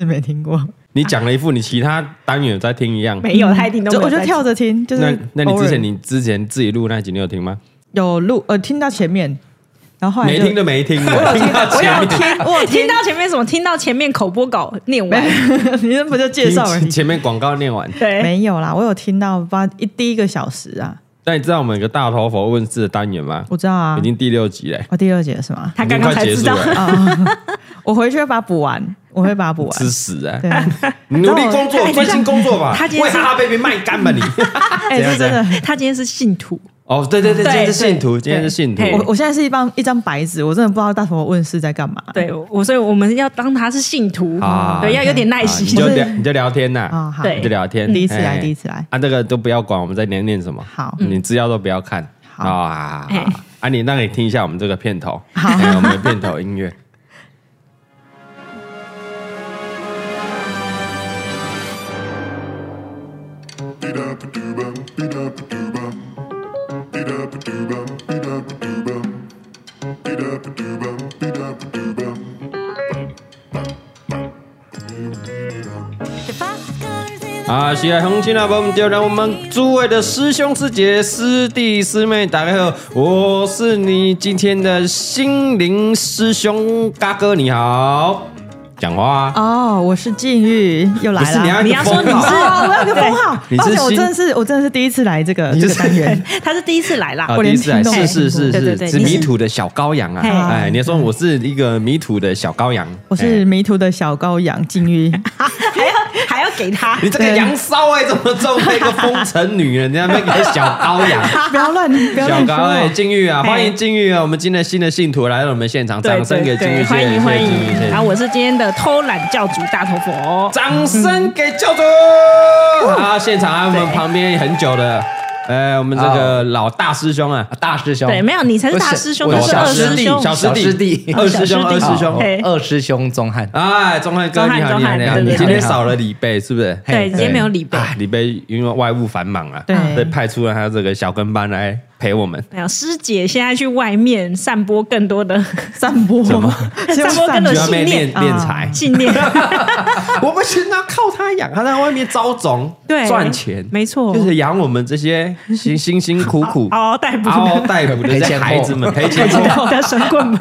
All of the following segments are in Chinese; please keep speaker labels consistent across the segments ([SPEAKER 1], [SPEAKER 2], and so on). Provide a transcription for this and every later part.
[SPEAKER 1] 是没听过，
[SPEAKER 2] 你讲了一副，你其他单元有在听一样。
[SPEAKER 3] 没有，他一定都
[SPEAKER 1] 嗯就
[SPEAKER 3] 没
[SPEAKER 1] 我
[SPEAKER 3] 有
[SPEAKER 1] 就
[SPEAKER 3] 在
[SPEAKER 1] 跳着听，就是
[SPEAKER 2] 那那你
[SPEAKER 1] 偶尔
[SPEAKER 2] 之前你之前自己录那集，你有听吗？
[SPEAKER 1] 有录呃听到前面，然后后来
[SPEAKER 2] 没
[SPEAKER 1] 就
[SPEAKER 2] 听就没听， 啊我听 到
[SPEAKER 1] 我
[SPEAKER 2] 前
[SPEAKER 1] 有
[SPEAKER 2] 面
[SPEAKER 1] 听， 我有
[SPEAKER 3] 听啊
[SPEAKER 1] 听
[SPEAKER 3] 到前面什么？听到前面口播稿念完，
[SPEAKER 1] 你那不就啊介绍而
[SPEAKER 2] 听
[SPEAKER 1] 已？
[SPEAKER 2] 前面广告念完。
[SPEAKER 3] 对，
[SPEAKER 1] 没有啦，我有听到八一第一个小时啊，
[SPEAKER 2] 那你知道我们有个大头佛问世的单元吗？
[SPEAKER 1] 我知道啊
[SPEAKER 2] 已，经第六集嘞，
[SPEAKER 1] 我第二节是吗？
[SPEAKER 3] 他
[SPEAKER 2] 已经
[SPEAKER 3] 刚刚
[SPEAKER 2] 快
[SPEAKER 3] 才
[SPEAKER 2] 结
[SPEAKER 3] 知
[SPEAKER 2] 束
[SPEAKER 3] 道，
[SPEAKER 2] 了，
[SPEAKER 1] 我回去会把它补完，我会把它补完
[SPEAKER 2] 吃。屎啊！
[SPEAKER 1] 对，
[SPEAKER 2] 你努力工作，
[SPEAKER 3] 哎
[SPEAKER 2] 专心工作吧
[SPEAKER 3] 他今，天
[SPEAKER 2] 为
[SPEAKER 3] 是
[SPEAKER 2] 哈哈 baby 卖干吧你。
[SPEAKER 1] 哎，这真的，
[SPEAKER 3] 他今天是信徒，
[SPEAKER 2] 哦，对对对，今
[SPEAKER 3] 对
[SPEAKER 2] 天是信徒，
[SPEAKER 1] 对
[SPEAKER 2] 今天是信徒。
[SPEAKER 3] 对
[SPEAKER 1] 我我现在是一张一张白纸，我真的不知道大头问世在干嘛。
[SPEAKER 3] 对我，所以我们要当他是信徒
[SPEAKER 2] 啊，
[SPEAKER 3] 对，要有点
[SPEAKER 2] 啊
[SPEAKER 3] 耐
[SPEAKER 2] 你
[SPEAKER 3] 心
[SPEAKER 2] 就。
[SPEAKER 1] 是
[SPEAKER 2] 聊你就聊天呐，
[SPEAKER 1] 啊，好，
[SPEAKER 3] 对
[SPEAKER 2] 你就聊天。
[SPEAKER 1] 第一次来
[SPEAKER 2] 哎
[SPEAKER 1] 第一次来
[SPEAKER 2] 啊，这个都不要管，我们在念念什么。
[SPEAKER 1] 好
[SPEAKER 2] 你资料都不要看。
[SPEAKER 1] 好
[SPEAKER 2] 啊
[SPEAKER 3] 哎，
[SPEAKER 2] 啊，你让你听一下我们这个片头，
[SPEAKER 1] 好
[SPEAKER 2] 哎我们的片头音乐。啊，是啊，乡亲啊，朋友们，就让我们诸位的师兄师姐、师弟师妹，大家好，我是你今天的心灵师兄嘎哥，你好，讲话、啊，
[SPEAKER 1] 哦，我是禁欲又来
[SPEAKER 2] 不是你要
[SPEAKER 1] 了。
[SPEAKER 2] 一
[SPEAKER 3] 你
[SPEAKER 2] 个
[SPEAKER 3] 要说
[SPEAKER 2] 封
[SPEAKER 3] 你
[SPEAKER 2] 号
[SPEAKER 3] 是
[SPEAKER 1] 哦， 我有 个封号，
[SPEAKER 2] 你是
[SPEAKER 1] 抱歉，我
[SPEAKER 2] 新
[SPEAKER 1] 真的是我真的是第一次来这个
[SPEAKER 2] 你
[SPEAKER 1] 这
[SPEAKER 2] 是
[SPEAKER 1] 个单 元，
[SPEAKER 3] 他是第一次来啦，
[SPEAKER 2] 啊，
[SPEAKER 1] 我
[SPEAKER 2] 第
[SPEAKER 1] 连
[SPEAKER 2] 一次来，
[SPEAKER 1] 听都哎没
[SPEAKER 2] 是是
[SPEAKER 1] 听
[SPEAKER 2] 是
[SPEAKER 3] 过对
[SPEAKER 2] 是，
[SPEAKER 3] 对对
[SPEAKER 2] 是
[SPEAKER 3] 你是
[SPEAKER 2] 迷途的小羔羊啊！
[SPEAKER 3] 嘿
[SPEAKER 2] 哎，你说我是一个迷途的小羔羊，哎
[SPEAKER 1] 我是迷途的小羔羊禁 欲。
[SPEAKER 3] 还要 还要给他
[SPEAKER 2] 哎你这个
[SPEAKER 1] 对
[SPEAKER 2] 羊骚哎，怎么中配一个风尘女人？人家那个小羔羊，
[SPEAKER 1] 不要乱，不要
[SPEAKER 2] 小
[SPEAKER 1] 乱
[SPEAKER 2] 高哎，
[SPEAKER 1] 说。哦
[SPEAKER 2] 金玉啊，
[SPEAKER 3] 嘿
[SPEAKER 2] 欢迎金玉啊！我们今天新的信徒来到我们现场，掌声给金玉，谢谢
[SPEAKER 3] 欢迎欢
[SPEAKER 2] 谢谢金玉谢谢
[SPEAKER 3] 迎。然后我是今天的偷懒教主大头佛，
[SPEAKER 2] 掌声给教主！
[SPEAKER 3] 嗯
[SPEAKER 2] 好，现场啊，我们旁边很久的，呃，我们这个老大师兄啊，
[SPEAKER 4] 大师兄，
[SPEAKER 3] 对，没有，你才是大师兄，他是二师兄。
[SPEAKER 2] 小
[SPEAKER 4] 小
[SPEAKER 2] 师
[SPEAKER 4] 师
[SPEAKER 2] 弟
[SPEAKER 4] 弟，
[SPEAKER 2] 二师兄，
[SPEAKER 3] 小
[SPEAKER 2] 二
[SPEAKER 3] 师弟
[SPEAKER 2] 师兄
[SPEAKER 3] 好。嘿
[SPEAKER 4] 二师兄钟汉，
[SPEAKER 2] 哎，钟汉哥，
[SPEAKER 3] 钟汉
[SPEAKER 2] 你好，
[SPEAKER 3] 钟
[SPEAKER 2] 你好，
[SPEAKER 3] 汉
[SPEAKER 2] 你好，
[SPEAKER 3] 对
[SPEAKER 2] 你
[SPEAKER 3] 对
[SPEAKER 2] 今
[SPEAKER 4] 对
[SPEAKER 2] 天少了李贝，是不是？
[SPEAKER 3] 对
[SPEAKER 2] 嘿
[SPEAKER 3] 今天没有李贝
[SPEAKER 2] 啊李贝因为外务繁忙啊，
[SPEAKER 1] 对
[SPEAKER 2] 所以派出了他这个小跟班来陪我们。
[SPEAKER 3] 没有师姐现在去外面散播更多的
[SPEAKER 1] 散播
[SPEAKER 2] 怎么
[SPEAKER 1] 先
[SPEAKER 3] 散播
[SPEAKER 1] 散
[SPEAKER 3] 跟着
[SPEAKER 1] 播
[SPEAKER 2] 就要被
[SPEAKER 3] 信
[SPEAKER 2] 练
[SPEAKER 3] 念
[SPEAKER 1] 啊
[SPEAKER 2] 练 财，
[SPEAKER 3] 信 念，
[SPEAKER 2] 我们现在靠他养，他在外面招种，
[SPEAKER 3] 对
[SPEAKER 2] 赚钱，
[SPEAKER 3] 没错啊
[SPEAKER 2] 就是养我们这些辛辛辛苦 苦
[SPEAKER 3] 嗷嗷待哺
[SPEAKER 2] 嗷嗷待哺的这些孩子们，赔钱货
[SPEAKER 3] 的神棍们。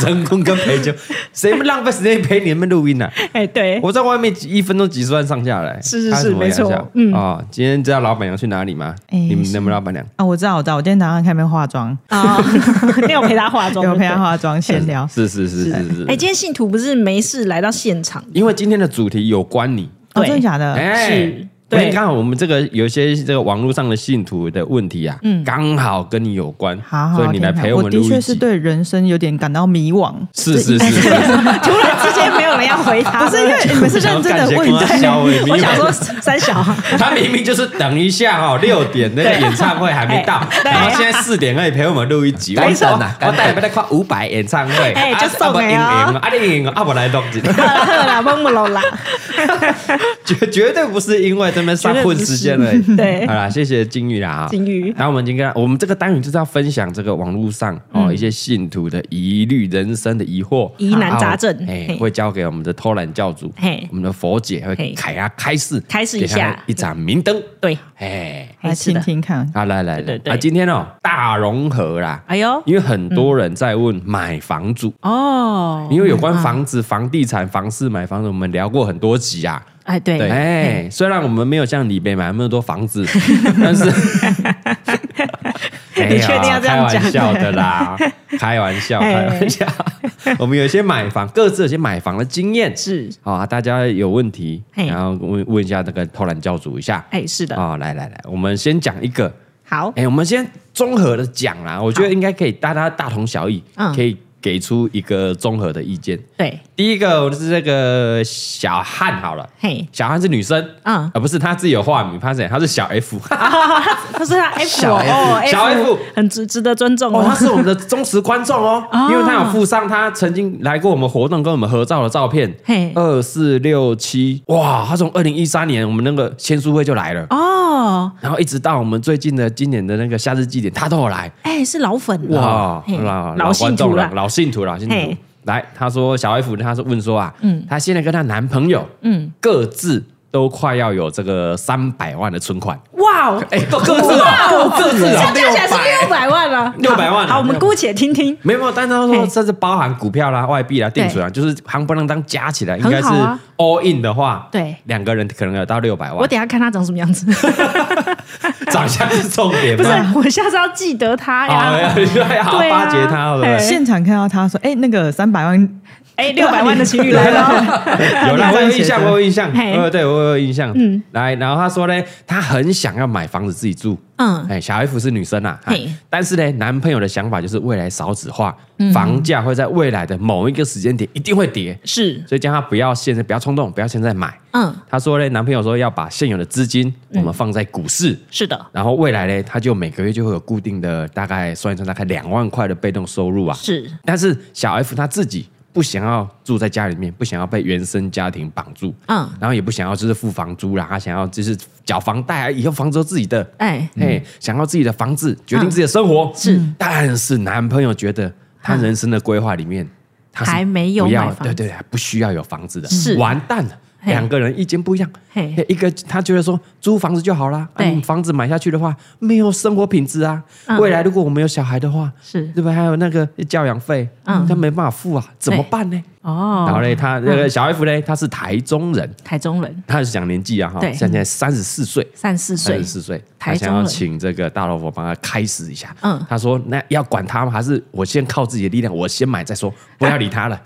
[SPEAKER 2] 神功跟陪酒，谁们浪费时间陪你们录音呢、啊？
[SPEAKER 3] 哎，对，
[SPEAKER 2] 我在外面一分钟几十万上下来，
[SPEAKER 3] 是是
[SPEAKER 2] 他怎么
[SPEAKER 3] 是没错
[SPEAKER 2] 养下
[SPEAKER 3] 嗯
[SPEAKER 2] 啊，今天知道老板娘去哪里吗？
[SPEAKER 1] 哎
[SPEAKER 2] 你们
[SPEAKER 1] 是
[SPEAKER 2] 能不能老板娘？
[SPEAKER 1] 啊！我知道，我知道，我今天早上开门化妆，
[SPEAKER 3] 啊，你有陪他化妆，
[SPEAKER 1] 有陪她。化妆闲聊。
[SPEAKER 2] 是是是是是
[SPEAKER 3] 哎，，今天信徒不是没事来到现场，
[SPEAKER 2] 因为今天的主题有关你，
[SPEAKER 1] 哦，
[SPEAKER 3] 对
[SPEAKER 1] 真的假的？
[SPEAKER 2] 哎
[SPEAKER 3] 是。
[SPEAKER 2] 因
[SPEAKER 3] 对
[SPEAKER 2] 为刚好我们这个有一些这个网络上的信徒的问题啊，刚好跟你有关，
[SPEAKER 1] 嗯好好，
[SPEAKER 2] 所以你来
[SPEAKER 1] 天哪
[SPEAKER 2] 陪
[SPEAKER 1] 我
[SPEAKER 2] 们录
[SPEAKER 1] 的确
[SPEAKER 2] 一
[SPEAKER 1] 是
[SPEAKER 2] 集。
[SPEAKER 1] 对人生有点感到迷惘，
[SPEAKER 2] 是是是，是
[SPEAKER 3] 突然之间没有人要回他，
[SPEAKER 1] 不是因为你们是认真的问
[SPEAKER 2] 我想感觉跟他笑而已
[SPEAKER 3] 我想说三小，
[SPEAKER 2] 他明明就是等一下哦，六点那个演唱会还没 到，
[SPEAKER 3] 哎对
[SPEAKER 2] 然后现在四点可以陪我们录一集，
[SPEAKER 4] 该等啊
[SPEAKER 2] 我我带你们来看五百演唱会，
[SPEAKER 3] 哎
[SPEAKER 2] 啊
[SPEAKER 3] 就送
[SPEAKER 2] 啊不赢
[SPEAKER 3] 你哦
[SPEAKER 2] 赢啊你赢了啊我来录 一集，
[SPEAKER 3] 好啦，懵不喽啦，
[SPEAKER 2] 绝绝对不是因为这边上混时间了，
[SPEAKER 3] 对
[SPEAKER 2] 好啦，谢谢金玉啦啊，
[SPEAKER 3] 金鱼
[SPEAKER 2] 然后我们今天我们这个单元就是要分享这个网络上哦一些信徒的疑虑、人生的疑惑、
[SPEAKER 3] 嗯疑难杂症
[SPEAKER 2] 然后哎
[SPEAKER 3] 嘿，
[SPEAKER 2] 会交给我们的偷懒教主
[SPEAKER 3] 嘿，
[SPEAKER 2] 我们的佛姐会
[SPEAKER 3] 嘿
[SPEAKER 2] 给他开示，
[SPEAKER 3] 开示一下
[SPEAKER 2] 给他一盏明灯，
[SPEAKER 3] 对，
[SPEAKER 2] 哎。
[SPEAKER 1] 来
[SPEAKER 3] 是
[SPEAKER 1] 听
[SPEAKER 3] 的
[SPEAKER 1] 听看。
[SPEAKER 2] 啊，来来来
[SPEAKER 3] 对对对
[SPEAKER 2] 啊，今天哦大融合啦，
[SPEAKER 3] 哎呦，
[SPEAKER 2] 因为很多人在问买房主，
[SPEAKER 3] 哦，
[SPEAKER 2] 因为有关房子、房地产、房市买房子，我们聊过很多集啊。
[SPEAKER 3] 哎，对，
[SPEAKER 2] 哎，虽然我们没有像李北买那么多房 子，但是 没有啊
[SPEAKER 3] 你确定要这样
[SPEAKER 2] 开
[SPEAKER 3] 讲
[SPEAKER 2] 玩笑的啦， 开玩笑，
[SPEAKER 3] 哎
[SPEAKER 2] 开玩笑。我们有一些买房，各自有些买房的经验。
[SPEAKER 3] 是，
[SPEAKER 2] 好啊，大家有问题，
[SPEAKER 3] 嘿
[SPEAKER 2] 然后问问一下那个偷懒教主一下。
[SPEAKER 3] 哎，是的，
[SPEAKER 2] 啊，来来来，我们先讲一个
[SPEAKER 3] 好，
[SPEAKER 2] 哎、我们先综合的讲啦，我觉得应该可以，大家大同小异，
[SPEAKER 3] 嗯
[SPEAKER 2] 可以给出一个综合的意见。
[SPEAKER 3] 对，
[SPEAKER 2] 第一个是这个小汉好了，
[SPEAKER 3] 嘿，
[SPEAKER 2] 小汉是女生，
[SPEAKER 3] 嗯
[SPEAKER 2] 啊、不是她自己有化名，她是她是小 F，
[SPEAKER 3] 他是他 F
[SPEAKER 4] 小
[SPEAKER 3] 哦
[SPEAKER 4] F，
[SPEAKER 3] 哦
[SPEAKER 2] 小 F
[SPEAKER 3] 很值值得尊 重
[SPEAKER 2] 哦，她
[SPEAKER 3] 哦，
[SPEAKER 2] 是我们的忠实观众哦，
[SPEAKER 3] 哦
[SPEAKER 2] 因为她有附上她曾经来过我们活动跟我们合照的照片，
[SPEAKER 3] 嘿
[SPEAKER 2] 二四六七，哇，她从二零一三年我们那个签书会就来了。
[SPEAKER 3] 哦，
[SPEAKER 2] 然后一直到我们最近的今年的那个夏日祭典，她都有来，
[SPEAKER 3] 哎，是老粉
[SPEAKER 2] 哇
[SPEAKER 3] 嘿，
[SPEAKER 2] 老
[SPEAKER 3] 老
[SPEAKER 2] 观
[SPEAKER 3] 信
[SPEAKER 2] 众
[SPEAKER 3] 徒
[SPEAKER 2] 了
[SPEAKER 3] 啦，
[SPEAKER 2] 老信徒，老信徒
[SPEAKER 3] 嘿。
[SPEAKER 2] 来，她说小 F，她是问说啊，嗯，她现在跟她男朋友，嗯，各自都快要有这个三百万的存款，
[SPEAKER 3] 哇哦，
[SPEAKER 2] 哎，都各自哦，各自
[SPEAKER 3] 这
[SPEAKER 2] 哦
[SPEAKER 3] 样，加起来是六百万了，
[SPEAKER 2] 600万啊
[SPEAKER 3] 好，我们姑且听听。
[SPEAKER 2] 没有没有，但是他说
[SPEAKER 3] 嘿
[SPEAKER 2] 这是包含股票啦、外币啦、定存啊，就是行不啷当加起来应该是
[SPEAKER 3] 很好啊
[SPEAKER 2] all in 的话，
[SPEAKER 3] 对
[SPEAKER 2] 两个人可能有到六百
[SPEAKER 3] 我
[SPEAKER 2] 万。
[SPEAKER 3] 等一下看他长什 么样子，
[SPEAKER 2] 长相是重点
[SPEAKER 3] 不
[SPEAKER 2] 吗，哦哎
[SPEAKER 3] 是，我下次要记得他
[SPEAKER 2] 好，
[SPEAKER 3] 呀。
[SPEAKER 2] 要好好
[SPEAKER 3] 对啊
[SPEAKER 2] 巴结他，对不
[SPEAKER 3] 嘿
[SPEAKER 2] 对？
[SPEAKER 1] 现场看到他说：“哎、那个三百万，
[SPEAKER 3] 哎，六百万的情侣 来了，
[SPEAKER 2] 有啦，我有印象，
[SPEAKER 1] 对
[SPEAKER 2] 我有印象，
[SPEAKER 3] 嘿
[SPEAKER 2] 呃，对我有印象。嗯
[SPEAKER 3] 嗯，
[SPEAKER 2] 来，然后他说呢，他很想要买房子自己住。嗯
[SPEAKER 3] 嗯，
[SPEAKER 2] 哎，小 F 是女生啊，哎
[SPEAKER 3] 嘿嗯
[SPEAKER 2] 但是呢，男朋友的想法就是未来少子化，房价会在未来的某一个时间点一定会跌，
[SPEAKER 3] 是，
[SPEAKER 2] 所以叫他不要现在不要冲动，不要现在买。
[SPEAKER 3] 嗯，
[SPEAKER 2] 她说呢，男朋友说要把现有的资金我们放在股市，
[SPEAKER 3] 是的，
[SPEAKER 2] 然后未来呢，他就每个月就会有固定的大概算一算，大概两万块的被动收入啊。
[SPEAKER 3] 是，
[SPEAKER 2] 但是小 F 他自己不想要住在家里面，不想要被原生家庭绑住，
[SPEAKER 3] 嗯，
[SPEAKER 2] 然后也不想要就是付房租啦，他想要就是缴房贷啊，以后房子都自己的，
[SPEAKER 3] 哎，
[SPEAKER 2] 嘿，想要自己的房子，决定自己的生
[SPEAKER 3] 嗯
[SPEAKER 2] 活。是，但是男朋友觉得他人生的规划里面，他是
[SPEAKER 3] 还没有
[SPEAKER 2] 不要
[SPEAKER 3] 买房
[SPEAKER 2] 对对，还不需要有房子的，
[SPEAKER 3] 是
[SPEAKER 2] 完蛋了。
[SPEAKER 3] 嘿
[SPEAKER 2] 两个人意见不一样
[SPEAKER 3] 嘿，
[SPEAKER 2] 一个他觉得说租房子就好啦，啊
[SPEAKER 3] 对
[SPEAKER 2] 你房子买下去的话没有生活品质啊，
[SPEAKER 3] 嗯
[SPEAKER 2] 未来如果我们有小孩的话，
[SPEAKER 3] 是
[SPEAKER 2] 对吧？还有那个教养费，
[SPEAKER 3] 嗯
[SPEAKER 2] 他没办法付啊，怎么
[SPEAKER 3] 对
[SPEAKER 2] 办呢？然后
[SPEAKER 3] 哦，
[SPEAKER 2] 嘞，他那个小 F 嘞，他是台中人，
[SPEAKER 3] 台中人，
[SPEAKER 2] 他是讲年纪啊哈，
[SPEAKER 3] 对
[SPEAKER 2] 现在三十四岁，
[SPEAKER 3] 三四
[SPEAKER 2] 三
[SPEAKER 3] 岁
[SPEAKER 2] 十，四岁，他
[SPEAKER 3] 台中
[SPEAKER 2] 想要
[SPEAKER 3] 人
[SPEAKER 2] 请这个大老婆帮他开始一下。嗯
[SPEAKER 3] 嗯，
[SPEAKER 2] 他说：“那要管他吗？还是我先靠自己的力量，我先买再说，不要理 他了，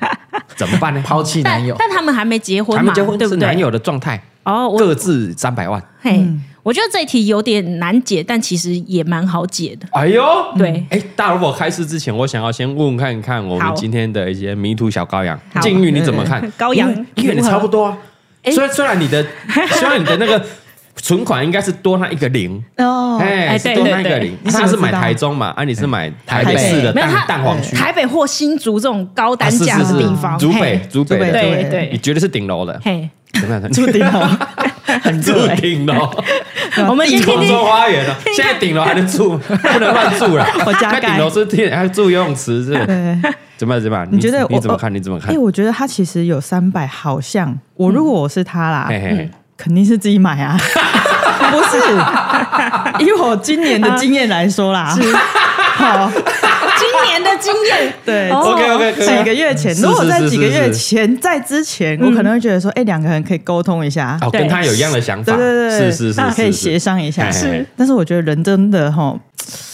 [SPEAKER 2] 怎么办呢？
[SPEAKER 4] 抛弃男
[SPEAKER 3] 但
[SPEAKER 4] 友，
[SPEAKER 3] 但他们还没结婚
[SPEAKER 2] 还
[SPEAKER 3] 嘛，
[SPEAKER 2] 没结婚
[SPEAKER 3] 对不
[SPEAKER 2] 是男
[SPEAKER 3] 对？
[SPEAKER 2] 友的状态，
[SPEAKER 3] 哦，我
[SPEAKER 2] 各自三百万。
[SPEAKER 3] 嘿，我觉得这一题有点难解，但其实也蛮好解的。
[SPEAKER 2] 哎呦，
[SPEAKER 3] 对
[SPEAKER 2] 哎，大老婆开始之前，我想要先问看看我们
[SPEAKER 3] 好
[SPEAKER 2] 今天的一些迷途小羔羊
[SPEAKER 3] 好
[SPEAKER 2] 境遇你怎么看？
[SPEAKER 3] 羔羊
[SPEAKER 2] 因为因为你
[SPEAKER 3] 如何
[SPEAKER 2] 差不多啊，
[SPEAKER 3] 哎
[SPEAKER 2] 虽然虽然你 的虽然你的那个存款应该是多那一个零。”
[SPEAKER 1] 哦，
[SPEAKER 2] 哎，
[SPEAKER 3] 哎
[SPEAKER 2] 是
[SPEAKER 3] 对
[SPEAKER 2] 多那一个
[SPEAKER 3] 对对
[SPEAKER 2] 零，
[SPEAKER 1] 你怎
[SPEAKER 2] 他
[SPEAKER 1] 么
[SPEAKER 2] 是
[SPEAKER 1] 知
[SPEAKER 2] 买
[SPEAKER 1] 道
[SPEAKER 2] 台中嘛，啊，你是买
[SPEAKER 1] 台
[SPEAKER 2] 台北
[SPEAKER 1] 北
[SPEAKER 2] 市的
[SPEAKER 3] 没有
[SPEAKER 2] 蛋
[SPEAKER 3] 他
[SPEAKER 2] 蛋黄区，
[SPEAKER 3] 哎台北或新竹这种高单
[SPEAKER 2] 啊是
[SPEAKER 3] 价
[SPEAKER 2] 是
[SPEAKER 3] 的
[SPEAKER 2] 是
[SPEAKER 3] 地方，
[SPEAKER 2] 竹北
[SPEAKER 3] 嘿，
[SPEAKER 2] 竹北
[SPEAKER 1] 竹北
[SPEAKER 2] 的，
[SPEAKER 3] 对
[SPEAKER 2] 你
[SPEAKER 3] 对，
[SPEAKER 2] 绝对是顶楼的，
[SPEAKER 3] 嘿，
[SPEAKER 2] 怎么样？
[SPEAKER 1] 住顶
[SPEAKER 3] 哦
[SPEAKER 1] 楼，很
[SPEAKER 2] 住
[SPEAKER 1] 热、欸，
[SPEAKER 2] 顶楼，
[SPEAKER 3] 哎我们先听
[SPEAKER 2] 空
[SPEAKER 3] 听
[SPEAKER 2] 中花园了。啊现在顶楼还能 住，不能乱住了。
[SPEAKER 1] 我加
[SPEAKER 2] 那
[SPEAKER 1] 盖
[SPEAKER 2] 顶楼是天，还住游泳池是不是？
[SPEAKER 1] 对。
[SPEAKER 2] 怎么样？怎么样？
[SPEAKER 1] 你觉得
[SPEAKER 2] 你
[SPEAKER 1] 我
[SPEAKER 2] 怎么看？你怎么
[SPEAKER 1] 哎、
[SPEAKER 2] 看？嗯
[SPEAKER 1] 我觉得他其实有三百，好像我如果我是他啦，嗯
[SPEAKER 2] 嘿嘿嘿
[SPEAKER 1] 肯定是自己买 啊，不是？以我今年的经验来说
[SPEAKER 3] 啊
[SPEAKER 1] 啦， 好，
[SPEAKER 3] 今年的经验，
[SPEAKER 1] 对
[SPEAKER 3] 哦
[SPEAKER 2] OK，OK，OK
[SPEAKER 1] 几个月前，
[SPEAKER 2] 是
[SPEAKER 1] 如果在
[SPEAKER 2] 是是
[SPEAKER 1] 几个
[SPEAKER 2] 是
[SPEAKER 1] 月
[SPEAKER 2] 是
[SPEAKER 1] 前，在之前，
[SPEAKER 3] 嗯
[SPEAKER 1] 我可能会觉得说，哎，两个人可以沟通一下，
[SPEAKER 2] 哦，跟他有一样的想
[SPEAKER 1] 对
[SPEAKER 2] 法，
[SPEAKER 1] 对对，
[SPEAKER 2] 是是是，
[SPEAKER 1] 可以
[SPEAKER 2] 是是
[SPEAKER 1] 协商一下。
[SPEAKER 2] 嘿嘿嘿，
[SPEAKER 1] 但是我觉得人真的哈，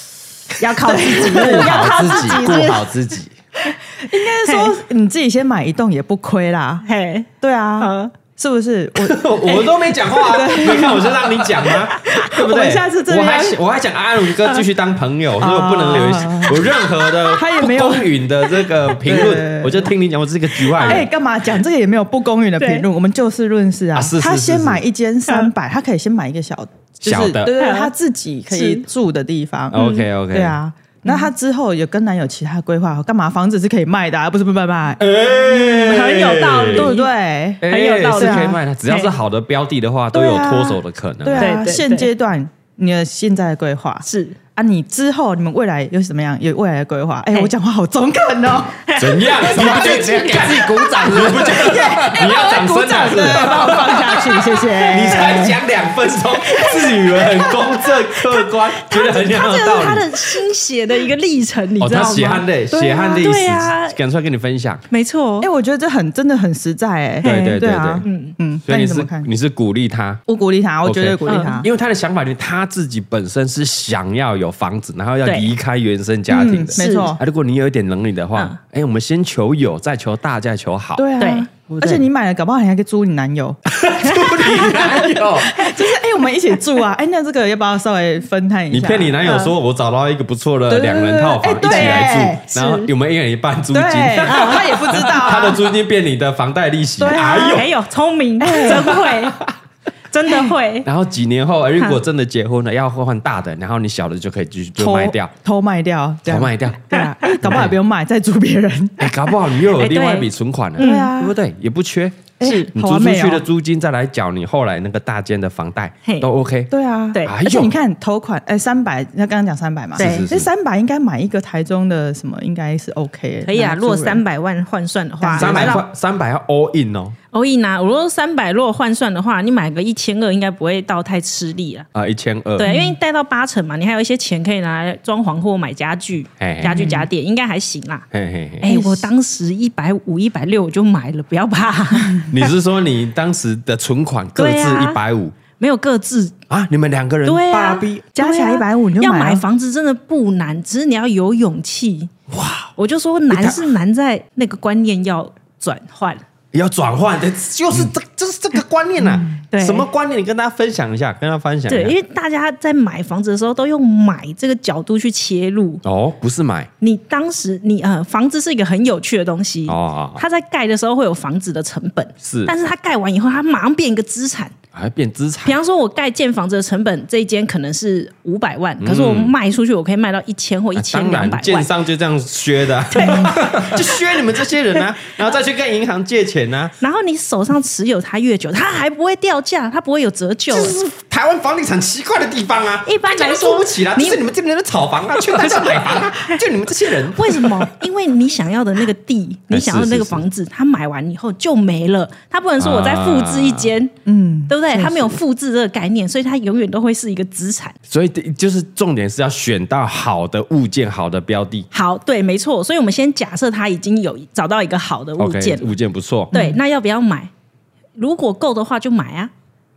[SPEAKER 3] 要靠 自己，
[SPEAKER 4] 顾
[SPEAKER 3] 要
[SPEAKER 4] 好
[SPEAKER 3] 靠
[SPEAKER 4] 自己，
[SPEAKER 3] 己，
[SPEAKER 4] 顾好自己。
[SPEAKER 1] 但是说你自己先买一栋也不亏啦，
[SPEAKER 3] 嘿，
[SPEAKER 1] 对啊
[SPEAKER 3] 嗯，
[SPEAKER 1] 是不是？我
[SPEAKER 2] 我都没讲话啊， 没看我是让你讲吗？对不
[SPEAKER 1] 我
[SPEAKER 2] 对？
[SPEAKER 1] 们下次真的
[SPEAKER 2] 我还
[SPEAKER 1] 要
[SPEAKER 2] 想我还想阿伦哥继续当朋友，所以我不能留
[SPEAKER 1] 啊
[SPEAKER 2] 有任何的
[SPEAKER 1] 他也
[SPEAKER 2] 不
[SPEAKER 1] 没有
[SPEAKER 2] 公允的这个评
[SPEAKER 1] 对对
[SPEAKER 2] 论，
[SPEAKER 1] 对
[SPEAKER 2] 我就听你讲，我是一个局外
[SPEAKER 1] 哎，
[SPEAKER 2] 人。
[SPEAKER 1] 干嘛讲这个也没有不公允的评论，我们就事论事啊
[SPEAKER 2] 啊是是。
[SPEAKER 1] 他
[SPEAKER 2] 是
[SPEAKER 1] 先
[SPEAKER 2] 是
[SPEAKER 1] 买一间三百，他可以先买一个小，就是
[SPEAKER 2] 小的
[SPEAKER 1] 对对，对
[SPEAKER 3] 嗯
[SPEAKER 1] 他自己可以
[SPEAKER 3] 是
[SPEAKER 1] 住的地方。
[SPEAKER 2] OK OK，
[SPEAKER 1] 对，啊。那她之后有跟男友其他规划，干嘛房子是可以卖的、啊，不是不卖卖，
[SPEAKER 2] 哎
[SPEAKER 3] 很有道理
[SPEAKER 1] 对不对？啊
[SPEAKER 2] 哎
[SPEAKER 3] 很有道理
[SPEAKER 2] 是可以卖的，只要是好的标的的话，都
[SPEAKER 1] 对
[SPEAKER 2] 有
[SPEAKER 1] 啊
[SPEAKER 2] 脱手的可能。
[SPEAKER 1] 对啊，
[SPEAKER 3] 对对对
[SPEAKER 1] 现阶段你的现在的规划
[SPEAKER 3] 是
[SPEAKER 1] 啊，你之后你们未来有什么样有未来的规划？哎、
[SPEAKER 3] 哎
[SPEAKER 1] 我讲话好中肯哦，
[SPEAKER 2] 怎样？你不觉得
[SPEAKER 4] 这样给自己鼓掌，
[SPEAKER 2] 你不觉得你要掌
[SPEAKER 1] 鼓
[SPEAKER 2] 声啊
[SPEAKER 1] 掌
[SPEAKER 2] 是
[SPEAKER 1] 的
[SPEAKER 2] 吧？
[SPEAKER 1] 把我放下去，谢谢。
[SPEAKER 2] 你才讲两分钟，自以为很公正客观，觉得很有
[SPEAKER 3] 他这个
[SPEAKER 2] 道
[SPEAKER 3] 是他
[SPEAKER 2] 理。
[SPEAKER 3] 的心血的一个历程，你
[SPEAKER 2] 哦，
[SPEAKER 3] 知
[SPEAKER 2] 他
[SPEAKER 3] 道
[SPEAKER 2] 血汗
[SPEAKER 3] 吗？
[SPEAKER 2] 泪，
[SPEAKER 1] 对啊
[SPEAKER 2] 血汗泪
[SPEAKER 3] 对啊
[SPEAKER 2] 史，赶出来跟你分享。
[SPEAKER 3] 没错
[SPEAKER 1] 哎、，我觉得这很真的很实在哎、
[SPEAKER 2] 对对对
[SPEAKER 1] 啊，
[SPEAKER 2] 对
[SPEAKER 1] 嗯嗯，
[SPEAKER 2] 所
[SPEAKER 1] 那
[SPEAKER 2] 以
[SPEAKER 1] 你
[SPEAKER 2] 你
[SPEAKER 1] 怎
[SPEAKER 2] 是
[SPEAKER 1] 么看？
[SPEAKER 2] 你是鼓励他，
[SPEAKER 1] 我鼓励他，我绝对
[SPEAKER 2] OK
[SPEAKER 1] 鼓励
[SPEAKER 3] 嗯
[SPEAKER 1] 他。
[SPEAKER 2] 因为他的想法就是他自己本身是想要有房子，然后要
[SPEAKER 3] 对
[SPEAKER 2] 离开原生家庭的。
[SPEAKER 1] 嗯没错
[SPEAKER 2] 啊，如果你有一点能力的话，哎，我们先求有，再求大，再求好。
[SPEAKER 1] 嗯 对啊，
[SPEAKER 3] 对
[SPEAKER 2] 不对
[SPEAKER 1] 而且你买了，搞不好你还可以租你男 友，
[SPEAKER 2] 有，
[SPEAKER 1] 就是哎、我们一起住啊，哎、那这个要不要稍微分摊一下？
[SPEAKER 2] 你骗你男友说，我找到一个不错的
[SPEAKER 1] 对
[SPEAKER 2] 两人套房，
[SPEAKER 1] 哎
[SPEAKER 2] 一起
[SPEAKER 1] 对
[SPEAKER 2] 来住，
[SPEAKER 1] 是
[SPEAKER 2] 然后有没有一人一半租金
[SPEAKER 1] 对，？啊他也不知道、啊，
[SPEAKER 2] 他的租金变你的房贷利息，
[SPEAKER 1] 对啊
[SPEAKER 2] 哎呦！
[SPEAKER 3] 没有聪明，真 会，真的会，
[SPEAKER 2] 然后几年后，哎如果真的结婚了，要换大的，然后你小的就可以继续就
[SPEAKER 1] 偷
[SPEAKER 2] 卖掉，
[SPEAKER 1] 偷卖掉，这
[SPEAKER 2] 头
[SPEAKER 1] 样
[SPEAKER 2] 卖掉。
[SPEAKER 1] 对啊， 哎搞不好也不用卖，再租别人。啊
[SPEAKER 2] 哎，搞不好你又有
[SPEAKER 3] 哎对
[SPEAKER 2] 另外一笔存款了，
[SPEAKER 3] 嗯
[SPEAKER 2] 对不对？也不缺，
[SPEAKER 1] 是
[SPEAKER 2] 你
[SPEAKER 1] 好
[SPEAKER 2] 租
[SPEAKER 1] 完
[SPEAKER 2] 出
[SPEAKER 1] 美
[SPEAKER 2] 去的
[SPEAKER 1] 哦。
[SPEAKER 2] 租金再来缴你后来那个大间的房贷
[SPEAKER 3] 嘿
[SPEAKER 2] 都 OK。
[SPEAKER 1] 对啊，
[SPEAKER 3] 对
[SPEAKER 1] 而且你看头款，哎，三百，那刚刚讲三百嘛，
[SPEAKER 3] 对是
[SPEAKER 2] 哎是是
[SPEAKER 1] 这三百应该买一个台中的什么，应该是 OK，
[SPEAKER 3] 可以啊，
[SPEAKER 1] 满足
[SPEAKER 3] 如果
[SPEAKER 1] 人
[SPEAKER 3] 三百万换算的话，
[SPEAKER 2] 三百
[SPEAKER 3] 买到
[SPEAKER 2] 块，三百要 all in 哦，
[SPEAKER 3] 欧一拿，我如果三百，如果换算的话，你买个一千二应该不会到太吃力啊。
[SPEAKER 2] 啊，一千二，
[SPEAKER 3] 对，因为贷到八成嘛，你还有一些钱可以拿来装潢或买家具
[SPEAKER 2] 嘿嘿、
[SPEAKER 3] 家具家电，应该还行啦。
[SPEAKER 2] 嘿嘿嘿，
[SPEAKER 3] 哎、我当时一百五、一百六我就买了，不要怕，
[SPEAKER 2] 你是说你当时的存款各
[SPEAKER 3] 对
[SPEAKER 2] 自一
[SPEAKER 3] 啊
[SPEAKER 2] 百五
[SPEAKER 3] 没有各自。
[SPEAKER 2] 啊？你们两个人
[SPEAKER 3] 对
[SPEAKER 2] 爸
[SPEAKER 3] 啊
[SPEAKER 2] 逼，，
[SPEAKER 1] 加起来
[SPEAKER 3] 对啊
[SPEAKER 1] 150你就
[SPEAKER 3] 要
[SPEAKER 1] 买了
[SPEAKER 3] 买房子真的不难，只是你要有勇气。哇，我就说
[SPEAKER 2] 你看
[SPEAKER 3] 难是难在那个观念要转换。
[SPEAKER 2] 要转换，这就是这就是这个观念呐。
[SPEAKER 3] 嗯对
[SPEAKER 2] 什么观念？你跟大家分享一下，跟大家分享
[SPEAKER 3] 对，因
[SPEAKER 2] 一下。
[SPEAKER 3] 为大家在买房子的时候都用买这个角度去切入，
[SPEAKER 2] 哦，不是买
[SPEAKER 3] 你当时你呃，房子是一个很有趣的东西。
[SPEAKER 2] 哦哦，哦
[SPEAKER 3] 它在盖的时候会有房子的成本，
[SPEAKER 2] 是
[SPEAKER 3] 但是它盖完以后，它马上变一个 资产。
[SPEAKER 2] 还变资
[SPEAKER 3] 比
[SPEAKER 2] 产
[SPEAKER 3] 方说，我盖建房子的成本，这一间可能是五百万，可是我卖出去，我可以卖到一千或一
[SPEAKER 2] 嗯啊
[SPEAKER 3] 千
[SPEAKER 2] 当
[SPEAKER 3] 两百
[SPEAKER 2] 然，建
[SPEAKER 3] 万。
[SPEAKER 2] 商就这样削的啊， 就削你们这些 人啊，然后再去跟银行借钱啊。
[SPEAKER 3] 然后你手上持有它越久，它还不会掉价，它不会有折旧
[SPEAKER 2] 这。是台湾房地产奇怪的地方啊！
[SPEAKER 3] 一般来说
[SPEAKER 2] 大家都租不起啦，就
[SPEAKER 3] 你
[SPEAKER 2] 是你们这边的炒房啊，劝大家买房 啊，就你们这些人。
[SPEAKER 3] 为什么？因为你想要的那个地，你想要的那
[SPEAKER 2] 是
[SPEAKER 3] 个
[SPEAKER 2] 是是
[SPEAKER 3] 房子，它买完以后就没了。它不能说我再复制一间，嗯，对不对？它没有复制这个概念，所以它永远都会是一个资产。
[SPEAKER 2] 所以就是重点是要选到好的物件、好的标的。
[SPEAKER 3] 好，对，没错。所以我们先假设他已经有找到一个好的物
[SPEAKER 2] OK，嗯
[SPEAKER 3] 件
[SPEAKER 2] 物件不错。
[SPEAKER 3] 对，那要不要买？如果够的话就买啊。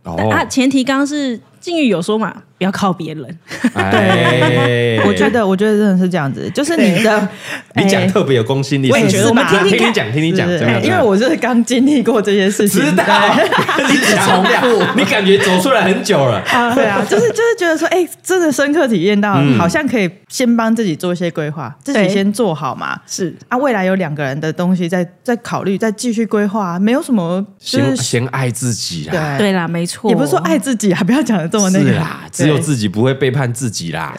[SPEAKER 2] 哦
[SPEAKER 3] 但啊，前提刚刚是静啊玉有说嘛，不要靠别人。
[SPEAKER 2] 哎
[SPEAKER 1] 我觉得，我觉得真的是这样子，就是你的，
[SPEAKER 2] 你讲
[SPEAKER 1] 哎
[SPEAKER 2] 特别有公信力，
[SPEAKER 1] 我也
[SPEAKER 2] 是不是
[SPEAKER 1] 觉得我们
[SPEAKER 2] 来
[SPEAKER 3] 听听
[SPEAKER 2] 听你
[SPEAKER 3] 看
[SPEAKER 2] 讲，听你讲，
[SPEAKER 1] 是哎
[SPEAKER 2] 怎么样？
[SPEAKER 1] 因为我是刚经历过这些事情，
[SPEAKER 2] 知道
[SPEAKER 1] 对
[SPEAKER 2] 一直重复，你感觉走出来很久了。
[SPEAKER 1] 啊，对 啊，就是就是觉得说，哎、真的深刻体验到，
[SPEAKER 2] 嗯
[SPEAKER 1] 好像可以先帮自己做一些规划，自己
[SPEAKER 3] 对
[SPEAKER 1] 先做好嘛。
[SPEAKER 3] 是
[SPEAKER 1] 啊，未来有两个人的东西在在考虑，再继续规划，没有什么就
[SPEAKER 2] 先
[SPEAKER 1] 是
[SPEAKER 2] 先爱自己啦，
[SPEAKER 1] 对，
[SPEAKER 3] 对啦，没错。
[SPEAKER 1] 哎也不是说爱自己啊，不要讲的这么那
[SPEAKER 2] 是
[SPEAKER 1] 个
[SPEAKER 2] 啦，只有
[SPEAKER 1] 对
[SPEAKER 2] 自己不会背叛自己啦。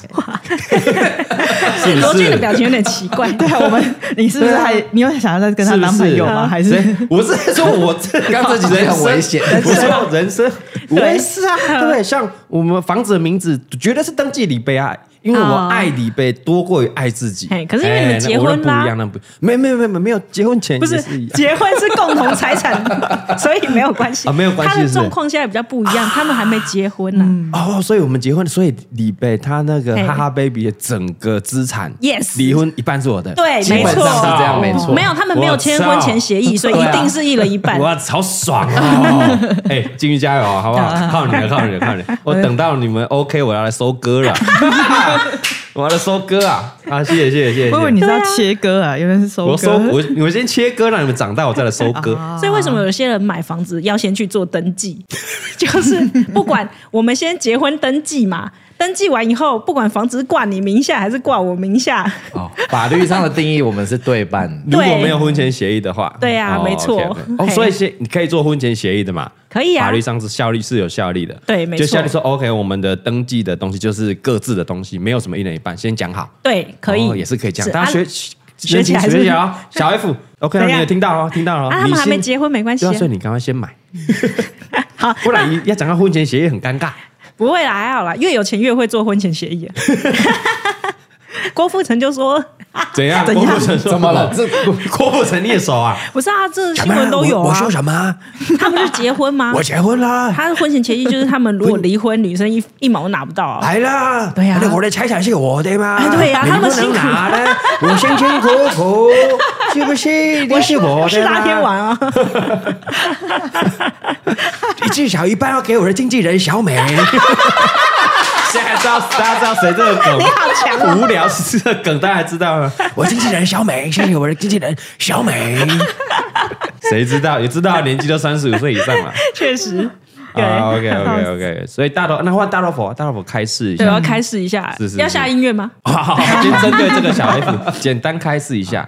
[SPEAKER 3] 哎，罗俊的表情有点奇怪。
[SPEAKER 1] 对啊，我 们你是不是还你有想要再跟他
[SPEAKER 2] 啊是不
[SPEAKER 1] 当朋友吗？
[SPEAKER 2] 是
[SPEAKER 1] 还是
[SPEAKER 2] 所以 我是说我这
[SPEAKER 4] 刚这几
[SPEAKER 2] 人
[SPEAKER 4] 天很危险
[SPEAKER 3] 啊
[SPEAKER 2] 生我说人生，我也是啊，对不对？像我们房子的名字，绝对是登记李贝爱。因为我
[SPEAKER 3] 哦
[SPEAKER 2] 爱李贝多过于爱自己
[SPEAKER 3] 嘿，可是因为你们
[SPEAKER 2] 哎那
[SPEAKER 3] 结
[SPEAKER 2] 我
[SPEAKER 3] 婚啦
[SPEAKER 2] 不一样，那不没没没没没有结婚前
[SPEAKER 3] 不
[SPEAKER 2] 也
[SPEAKER 3] 是
[SPEAKER 2] 是一样
[SPEAKER 3] 结婚是共同财产， 所以没有关系
[SPEAKER 2] 啊没有关系
[SPEAKER 3] 他的
[SPEAKER 2] 是啊
[SPEAKER 3] 状况现在比较不一样，他们还没结婚啊呢。
[SPEAKER 2] 哦，所以我们结婚，所以李贝他那个
[SPEAKER 3] 嘿
[SPEAKER 2] 哈哈 baby 的整个资产
[SPEAKER 3] Yes
[SPEAKER 2] 离婚一半是我的，
[SPEAKER 3] 对，
[SPEAKER 4] 基
[SPEAKER 3] 没
[SPEAKER 4] 本
[SPEAKER 3] 错，
[SPEAKER 4] 上是这样没错
[SPEAKER 3] 没有，他们没有签
[SPEAKER 2] 我操啊
[SPEAKER 3] 婚前协议，所以一定是一人一 半。
[SPEAKER 2] 哇，好爽 哦！哎，金鱼加油啊，好不好？靠你了，靠你了，啊靠你了！我等到你们 OK，我要来收割 了，我要来收割啊！啊，谢谢谢谢谢
[SPEAKER 1] 我以为你
[SPEAKER 2] 谢。
[SPEAKER 1] 是要切割啊，原来是收
[SPEAKER 2] 我收
[SPEAKER 1] 割。
[SPEAKER 2] 我我先切割，让你们长大，我再来收 割。
[SPEAKER 3] 所以为什么有些人买房子要先去做登记？ 就是不管我们先结婚登记嘛，登记完以后，不管房子挂你名下还是挂我 名下，
[SPEAKER 4] 哦，法律上的定义我们是对半的，
[SPEAKER 2] 如果没有婚前协议的话，
[SPEAKER 3] 对啊
[SPEAKER 2] 哦
[SPEAKER 3] 没错
[SPEAKER 2] OK，OK 哦，
[SPEAKER 3] 嘿
[SPEAKER 2] 所以先你可以做婚前协议的嘛。
[SPEAKER 3] 可以啊
[SPEAKER 2] 法律。上是效力是有效力的，
[SPEAKER 3] 对没
[SPEAKER 2] 就
[SPEAKER 3] 错
[SPEAKER 2] 效力说 OK，我们的登记的东西就是各自的东西，没有什么一人一半，先讲好，
[SPEAKER 3] 对，可以、
[SPEAKER 2] 哦也是可以这样，
[SPEAKER 3] 是
[SPEAKER 2] 大家
[SPEAKER 3] 啊
[SPEAKER 2] 学
[SPEAKER 3] 学起来
[SPEAKER 2] 学
[SPEAKER 3] 是
[SPEAKER 2] 起来哦，小 F OK，
[SPEAKER 3] 怎
[SPEAKER 2] 你
[SPEAKER 3] 样
[SPEAKER 2] 也听到哦，听到了哦，
[SPEAKER 3] 啊，他
[SPEAKER 2] 你
[SPEAKER 3] 们还没
[SPEAKER 2] 先
[SPEAKER 3] 结婚没关系、
[SPEAKER 2] 对
[SPEAKER 3] 啊
[SPEAKER 2] 啊，所以你赶快先买，
[SPEAKER 3] 好，
[SPEAKER 2] 不然一要讲到婚前协议很尴 尬。
[SPEAKER 3] 不会啦，还好啦，越有钱越会做婚前协 议、啊。郭富城就说
[SPEAKER 2] 怎样？
[SPEAKER 1] 怎
[SPEAKER 2] 郭
[SPEAKER 1] 样
[SPEAKER 2] 富城 说
[SPEAKER 4] 怎么 了？这
[SPEAKER 2] 郭富城你也熟啊？：“
[SPEAKER 3] 不是啊，这 新闻都有
[SPEAKER 2] 我
[SPEAKER 3] 啊，
[SPEAKER 2] 说什么？
[SPEAKER 3] 他们是结婚吗？
[SPEAKER 2] 我结婚啦，
[SPEAKER 3] 他的婚前协议就是他们如果离婚，女生一一毛拿不到啊。
[SPEAKER 2] 来啦！
[SPEAKER 3] 对啊
[SPEAKER 2] 那我的财产是我的嘛
[SPEAKER 3] 哎？ 对啊
[SPEAKER 2] 你
[SPEAKER 3] 他们
[SPEAKER 2] 不
[SPEAKER 3] 辛
[SPEAKER 2] 能
[SPEAKER 3] 苦
[SPEAKER 2] 拿呢，我辛辛苦 苦，是不是？一定哎是我的
[SPEAKER 3] 我是
[SPEAKER 2] 啦
[SPEAKER 3] 拉天王啊。”
[SPEAKER 2] 至少一半要给我的经纪人小美。现在知道大家知道谁这个梗？你好强、无聊是这个梗，大家还知道吗？我经纪人小美，谢谢我的经纪人小美。谁知道？也知道年纪都三十五岁以上了。
[SPEAKER 3] 确实，对，
[SPEAKER 2] 啊，OK OK OK，所以大头那换大头佛，大头佛开示一
[SPEAKER 3] 对，我
[SPEAKER 2] 下
[SPEAKER 3] 要，开始一下，
[SPEAKER 2] 是是是
[SPEAKER 3] 要下音乐吗？
[SPEAKER 2] 好，先针对这个小 F 简单开示一下。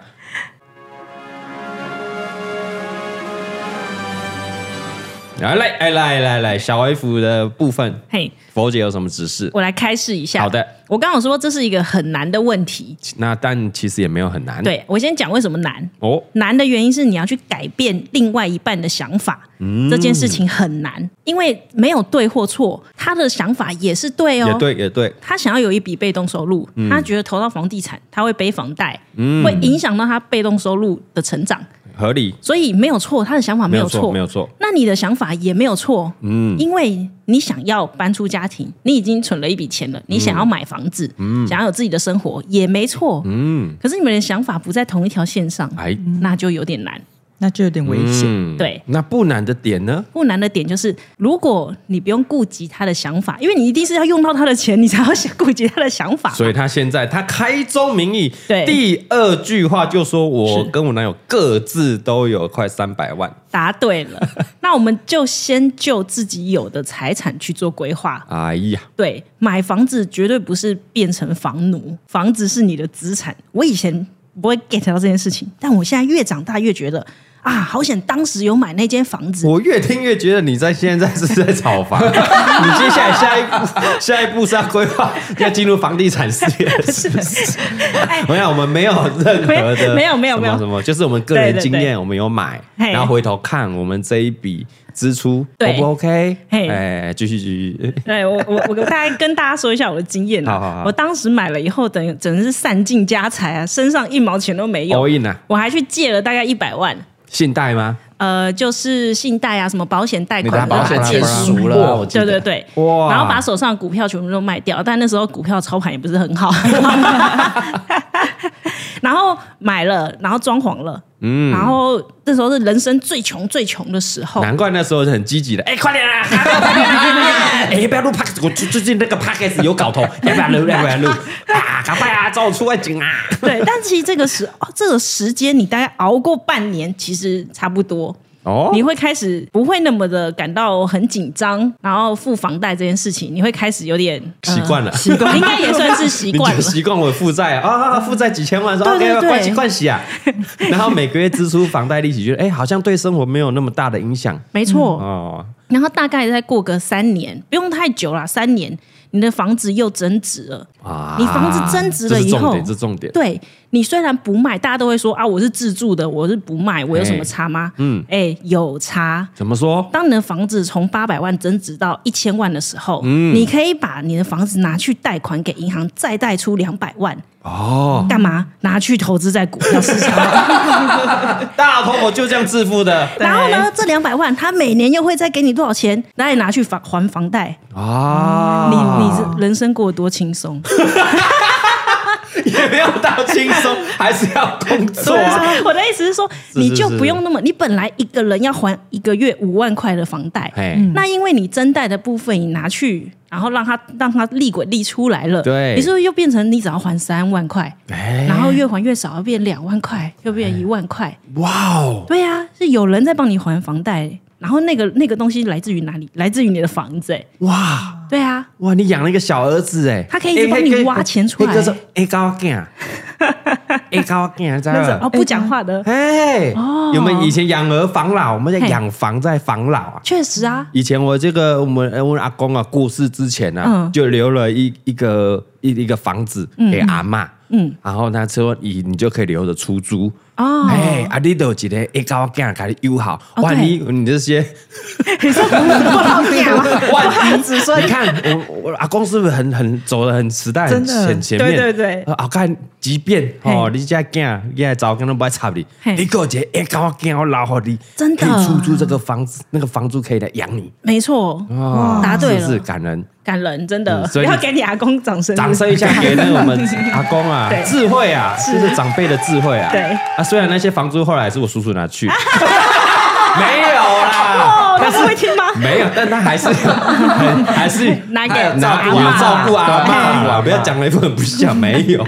[SPEAKER 2] 来来哎来来来，小 F 的部分，
[SPEAKER 3] 嘿，
[SPEAKER 2] 佛姐有什么指示？
[SPEAKER 3] 我来开示一下。
[SPEAKER 2] 好的，
[SPEAKER 3] 我刚刚有说这是一个很难的问题，
[SPEAKER 2] 那但其实也没有很难，
[SPEAKER 3] 对我先讲为什么难。
[SPEAKER 2] 哦，
[SPEAKER 3] 难的原因是你要去改变另外一半的想法，
[SPEAKER 2] 嗯
[SPEAKER 3] 这件事情很难，因为没有对或错，他的想法也是对哦。
[SPEAKER 2] 也对也对，
[SPEAKER 3] 他想要有一笔被动收入，
[SPEAKER 2] 嗯
[SPEAKER 3] 他觉得投到房地产他会背房贷，会影响到他被动收入的成长，
[SPEAKER 2] 合理，
[SPEAKER 3] 所以没有错，他的想法
[SPEAKER 2] 没
[SPEAKER 3] 没
[SPEAKER 2] 有
[SPEAKER 3] 有错，
[SPEAKER 2] 错没有错，
[SPEAKER 3] 那你的想法也没有错，嗯，因为你想要搬出家庭，你已经存了一笔钱了，
[SPEAKER 2] 嗯
[SPEAKER 3] 你想要买房子，想要有自己的生活也没错，嗯，可是你们的想法不在同一条线上，
[SPEAKER 2] 哎，
[SPEAKER 3] 那就有点难。
[SPEAKER 1] 那就有点危险。
[SPEAKER 2] 嗯
[SPEAKER 3] 对
[SPEAKER 2] 那不难的点呢？
[SPEAKER 3] 不难的点就是，如果你不用顾及他的想法，因为你一定是要用到他的钱，你才要想顾及他的想法嘛。
[SPEAKER 2] 所以他现在他开宗明义，
[SPEAKER 3] 对
[SPEAKER 2] 第二句话就说我
[SPEAKER 3] 是
[SPEAKER 2] 跟我男友各自都有快三百万
[SPEAKER 3] 答对 了，那我们就先就自己有的财产去做规划。
[SPEAKER 2] 哎呀，
[SPEAKER 3] 对，买房子绝对不是变成房奴，房子是你的资产。我以前不会 get 到这件事情，但我现在越长大越觉得啊，好险当时有买那间房子。
[SPEAKER 2] 我越听越觉得你在现在是在炒 房，你接下来下一步下一步是要规划要进入房地产事 业，是不是？我想我们没有任何的
[SPEAKER 3] 哎没有没有没有
[SPEAKER 2] 什么什么，就是我们个人
[SPEAKER 3] 对对
[SPEAKER 2] 经
[SPEAKER 3] 对
[SPEAKER 2] 验，我们有买，
[SPEAKER 3] 嘿
[SPEAKER 2] 然后回头看我们这一笔支出
[SPEAKER 3] 对
[SPEAKER 2] O 不 OK？
[SPEAKER 3] 嘿
[SPEAKER 2] 哎，继续继续，
[SPEAKER 3] 对我我我大概跟大家说一下我的经验、啊。
[SPEAKER 2] 好好好
[SPEAKER 3] 我当时买了以后，等整是散尽家财啊，身上一毛钱都没有。
[SPEAKER 2] all in 啊，
[SPEAKER 3] 我还去借了大概一百万，
[SPEAKER 2] 信贷吗？
[SPEAKER 3] 呃，就是信贷啊，什么保险贷
[SPEAKER 4] 你
[SPEAKER 3] 款
[SPEAKER 4] 的
[SPEAKER 3] 啊，
[SPEAKER 4] 保险
[SPEAKER 3] 把它
[SPEAKER 4] 金
[SPEAKER 3] 借赎
[SPEAKER 4] 赎了啊，我记
[SPEAKER 3] 对
[SPEAKER 4] 得
[SPEAKER 3] 对对，
[SPEAKER 2] 哇
[SPEAKER 3] 然后把手上的股票全部都卖掉，但那时候股票操盘也不是很好， 然后买了，然后装潢了，嗯，然后那时候是人生最穷最穷的时候，
[SPEAKER 2] 难怪那时候是很积极的，哎，快点 啊！快点啊快点啊哎，要不要录 p o d 我最最近那个 p o d 有搞头，要不要录？要不 要录？啊，赶快啊，找我出外景啊！
[SPEAKER 3] 对，但其实这个时哦，这个时间你大概熬过半年，其实差不多。
[SPEAKER 2] 哦
[SPEAKER 3] 你会开始不会那么的感到很紧张，然后付房贷这件事情，你会开始有点呃
[SPEAKER 2] 习惯了
[SPEAKER 3] 习惯应该也算是习
[SPEAKER 2] 你
[SPEAKER 3] 惯
[SPEAKER 2] 就
[SPEAKER 3] 了。
[SPEAKER 2] 习惯我负债啊啊，啊负债几千万，说
[SPEAKER 3] 对对
[SPEAKER 2] OK，
[SPEAKER 3] 对
[SPEAKER 2] 关系关 系啊。然后每个月支出房贷利息，觉得哎，好像对生活没有那么大的影响
[SPEAKER 3] 没错，
[SPEAKER 2] 哦。
[SPEAKER 3] 然后大概再过个三年，不用太久啦，三年，你的房子又增值了。
[SPEAKER 2] 啊
[SPEAKER 3] 你房子增值了
[SPEAKER 2] 这是
[SPEAKER 3] 以
[SPEAKER 2] 重
[SPEAKER 3] 后
[SPEAKER 2] 点，这是重点。
[SPEAKER 3] 对你虽然不卖，大家都会说啊，我是自住的，我是不卖，我有什么差吗？嗯，哎、有差。
[SPEAKER 2] 怎么说？
[SPEAKER 3] 当你的房子从八百万增值到一千万的时候，
[SPEAKER 2] 嗯
[SPEAKER 3] 你可以把你的房子拿去贷款给银行，再贷出两百万，
[SPEAKER 2] 哦，
[SPEAKER 3] 干嘛？拿去投资在股票市场。
[SPEAKER 2] 大头我就这样致富的
[SPEAKER 3] 然后呢，这两百万他每年又会再给你多少钱？然后你拿去房还房贷，
[SPEAKER 2] 啊！
[SPEAKER 3] 你嗯你这人生过得多轻松？
[SPEAKER 2] 你 也没有到轻松，还 是要工作
[SPEAKER 3] 对
[SPEAKER 2] 啊。
[SPEAKER 3] 啊，我的意思是说，
[SPEAKER 2] 是
[SPEAKER 3] 你就不用那么，你本来一个人要还一个月五万块的房贷，
[SPEAKER 2] 嘿，
[SPEAKER 3] 那因为你增贷的部分你拿去，然后让他让他利滚利出来了，
[SPEAKER 2] 对
[SPEAKER 3] 你是不是又变成你只要还三万块，
[SPEAKER 2] 哎
[SPEAKER 3] 然后越还越少，又变两万块，又变一万块，
[SPEAKER 2] 哇哦，
[SPEAKER 3] 对啊，是有人在帮你还房贷，然后那个那个东西来自于哪里？来自于你的房子、哎，
[SPEAKER 2] 哇
[SPEAKER 3] 对啊，
[SPEAKER 2] 哇，你养了一个小儿子哎，
[SPEAKER 3] 他可以一直帮你挖钱出来
[SPEAKER 2] 哎，说哎高 干，哎高干，知道
[SPEAKER 3] 那是
[SPEAKER 2] 吗
[SPEAKER 3] 哦不讲话的，
[SPEAKER 2] 哎，
[SPEAKER 3] 哦
[SPEAKER 2] 有没有以前养儿防老？我们在
[SPEAKER 3] 嘿
[SPEAKER 2] 养房在防老啊。
[SPEAKER 3] 确实啊，
[SPEAKER 2] 以前我这个我们呃我阿公啊过世之前呢、啊，
[SPEAKER 3] 嗯
[SPEAKER 2] 就留了一一个一一个房子给阿嬷，嗯，然后他说你你就可以留着出租。
[SPEAKER 3] 哦，
[SPEAKER 2] 哎、啊，你都有一个一高干给你友好，
[SPEAKER 3] 哦
[SPEAKER 2] 哇，
[SPEAKER 3] 对
[SPEAKER 2] 你你这 些， 万一子孙，你看我我阿公是不是很很走的很时代很
[SPEAKER 1] 真的
[SPEAKER 2] 很前面？
[SPEAKER 1] 对对对
[SPEAKER 2] 啊，看即便哦，你家囝也早跟都不爱插你，
[SPEAKER 3] 嘿
[SPEAKER 2] 你给我一个一高干我老好你，
[SPEAKER 3] 真的
[SPEAKER 2] 可以出租这个房子，那个房租可以来养你。
[SPEAKER 3] 没错，
[SPEAKER 2] 哦，
[SPEAKER 3] 答对
[SPEAKER 2] 是不是
[SPEAKER 3] 了，
[SPEAKER 2] 感人？
[SPEAKER 3] 感人，真的
[SPEAKER 2] 嗯，所
[SPEAKER 3] 不
[SPEAKER 2] 以
[SPEAKER 3] 要
[SPEAKER 2] 你
[SPEAKER 3] 给你阿公掌 声，
[SPEAKER 2] 掌声一下给那个我们阿公啊，
[SPEAKER 3] 对
[SPEAKER 2] 智慧啊，就是长辈的智慧啊。
[SPEAKER 3] 对
[SPEAKER 2] 啊，虽然那些房租后来是我叔叔拿 去，没有啦
[SPEAKER 3] 哦，，
[SPEAKER 2] 但
[SPEAKER 3] 他是会
[SPEAKER 2] 是
[SPEAKER 3] 听吗？
[SPEAKER 2] 没有，但他还是 还是
[SPEAKER 3] 拿给
[SPEAKER 2] 拿
[SPEAKER 3] 照顾阿嬷啊
[SPEAKER 2] 照顾阿
[SPEAKER 4] 对
[SPEAKER 2] 妈啦，
[SPEAKER 4] 对
[SPEAKER 2] 不要讲了一副很不像，没 有，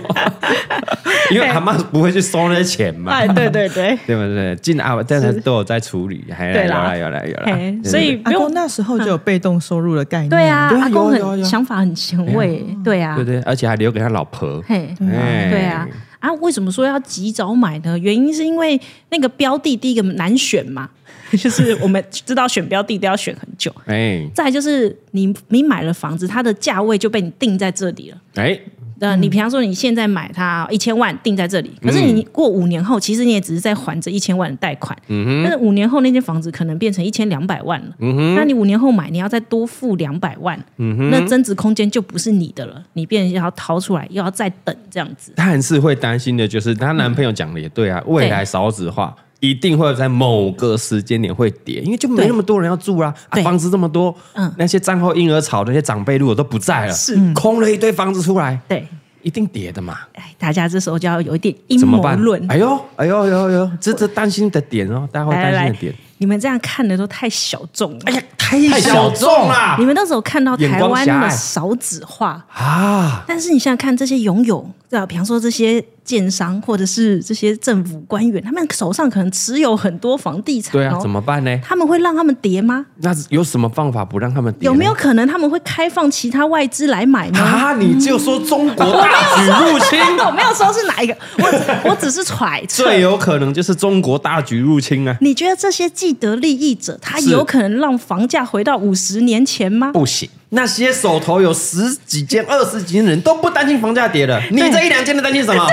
[SPEAKER 2] 因为阿妈不会去收那些钱嘛
[SPEAKER 3] 哎，。对对 对，
[SPEAKER 2] 对不对？进阿，但是都有在处理，还有
[SPEAKER 3] 对啦
[SPEAKER 2] 啦有啦有啦
[SPEAKER 3] 哎，
[SPEAKER 2] 对
[SPEAKER 3] 所以不
[SPEAKER 1] 阿
[SPEAKER 3] 用
[SPEAKER 1] 公那时候就有被动收入的概念，
[SPEAKER 3] 嗯对啊，
[SPEAKER 2] 对啊
[SPEAKER 3] 阿
[SPEAKER 2] 有
[SPEAKER 3] 公
[SPEAKER 2] 有有
[SPEAKER 3] 很想法很前卫，对啊
[SPEAKER 2] 哎对，对，而且还留给他老婆。
[SPEAKER 3] 嘿，
[SPEAKER 2] 哎
[SPEAKER 3] 对啊，啊，为什么说要及早买呢？原因是因为那个标的第一个难选嘛， 就是我们知道选标的都要选很久。
[SPEAKER 2] 哎
[SPEAKER 3] 再来就是你你买了房子，它的价位就被你定在这里了。
[SPEAKER 2] 哎，
[SPEAKER 3] 呃，你比方说你现在买它一千万定在这里，
[SPEAKER 2] 嗯
[SPEAKER 3] 可是你过五年后，其实你也只是在还这一千万的贷款。
[SPEAKER 2] 嗯
[SPEAKER 3] 但是五年后那间房子可能变成一千两百万了。那你五年后买，你要再多付两百万，
[SPEAKER 2] 嗯
[SPEAKER 3] 那增值空间就不是你的了，你变成要掏出来，又要再等这样子。
[SPEAKER 2] 但是会担心的就是她男朋友讲的也对啊，
[SPEAKER 3] 嗯
[SPEAKER 2] 未来少子化。一定会在某个时间点会跌，因为就没那么多人要住啦、啊，
[SPEAKER 3] 对
[SPEAKER 2] 房子这么多，
[SPEAKER 3] 嗯
[SPEAKER 2] 那些战后婴儿潮的那些长辈如果都不在了，是空了一堆房子出来，
[SPEAKER 3] 对，
[SPEAKER 2] 一定跌的嘛。
[SPEAKER 3] 哎，大家这时候就要有一点阴
[SPEAKER 2] 怎么
[SPEAKER 3] 谋
[SPEAKER 2] 办？
[SPEAKER 3] 论。
[SPEAKER 2] 哎呦，哎呦，哎呦，哎呦，这这担心的点哦，大家会
[SPEAKER 3] 来
[SPEAKER 2] 担
[SPEAKER 3] 来
[SPEAKER 2] 心的
[SPEAKER 3] 来
[SPEAKER 2] 点。，
[SPEAKER 3] 你们这样看的都太小众了。
[SPEAKER 2] 哎呀，太
[SPEAKER 4] 太
[SPEAKER 2] 小
[SPEAKER 4] 小
[SPEAKER 2] 众
[SPEAKER 4] 众
[SPEAKER 2] 啦
[SPEAKER 3] 你们那时候看到
[SPEAKER 2] 眼
[SPEAKER 3] 台
[SPEAKER 2] 光
[SPEAKER 3] 湾
[SPEAKER 2] 狭隘
[SPEAKER 3] 的少子化，
[SPEAKER 2] 啊！
[SPEAKER 3] 但是你想想看，这些拥有对吧、比方说这些建商或者是这些政府官员，他们手上可能持有很多房地产、哦，
[SPEAKER 2] 对啊，怎么办呢？
[SPEAKER 3] 他们会让他们跌吗？
[SPEAKER 2] 那有什么办法不让他们跌呢？
[SPEAKER 3] 有没有可能他们会开放其他外资来买 呢？
[SPEAKER 2] 啊？你就说中国大举入侵，
[SPEAKER 3] 我没有说是哪一个，我只我只是 揣测。
[SPEAKER 2] 最有可能就是中国大举入侵啊！
[SPEAKER 3] 你觉得这些既得利益者，他
[SPEAKER 2] 是
[SPEAKER 3] 有可能让房价回到五十年前吗？
[SPEAKER 2] 不行，那些手头有十几间、二十几间的人都不担心房价跌了，你这一两间的担心什么？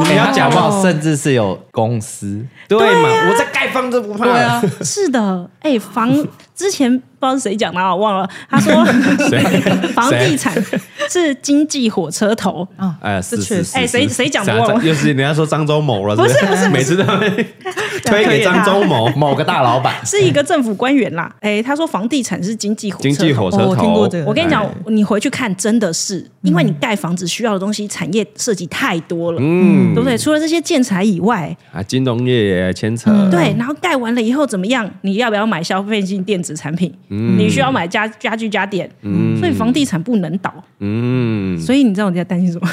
[SPEAKER 4] 你们要讲不
[SPEAKER 2] 哦
[SPEAKER 4] 好，甚至是有公司，
[SPEAKER 2] 对啊嘛？我在盖房子不怕。
[SPEAKER 4] 对啊，
[SPEAKER 3] 是的，哎、房之前不知道是谁讲的啊，我忘了。他 说 房地产是经济火车头，
[SPEAKER 1] 啊，
[SPEAKER 2] 哎，
[SPEAKER 1] 这
[SPEAKER 2] 是
[SPEAKER 1] 确
[SPEAKER 2] 是
[SPEAKER 1] 实
[SPEAKER 2] 是，
[SPEAKER 3] 哎谁谁讲的
[SPEAKER 2] 是啊
[SPEAKER 3] 忘了
[SPEAKER 2] 又是人家说张忠谋了，不
[SPEAKER 3] 不是不是不是
[SPEAKER 2] 每次都会推给张忠谋。
[SPEAKER 4] 某个大老板
[SPEAKER 3] 是一个政府官员啦。哎、他说房地产是经济火车
[SPEAKER 2] 经
[SPEAKER 3] 头。
[SPEAKER 2] 济火车头，
[SPEAKER 1] 哦我听过这个
[SPEAKER 3] 我跟你
[SPEAKER 2] 哎
[SPEAKER 3] 讲，你回去看，真的是因为你盖房子需要的东西，产业涉及太多了，
[SPEAKER 2] 嗯
[SPEAKER 3] 对不对？除了这些建材以外，
[SPEAKER 2] 啊，金融业也牵扯，
[SPEAKER 3] 对，然后盖完了以后怎么样？你要不要买消费性电子产品？
[SPEAKER 2] 嗯
[SPEAKER 3] 你需要买家家具家电，所以房地产不能倒。
[SPEAKER 2] 嗯，
[SPEAKER 3] 所以你知道我在担心什么？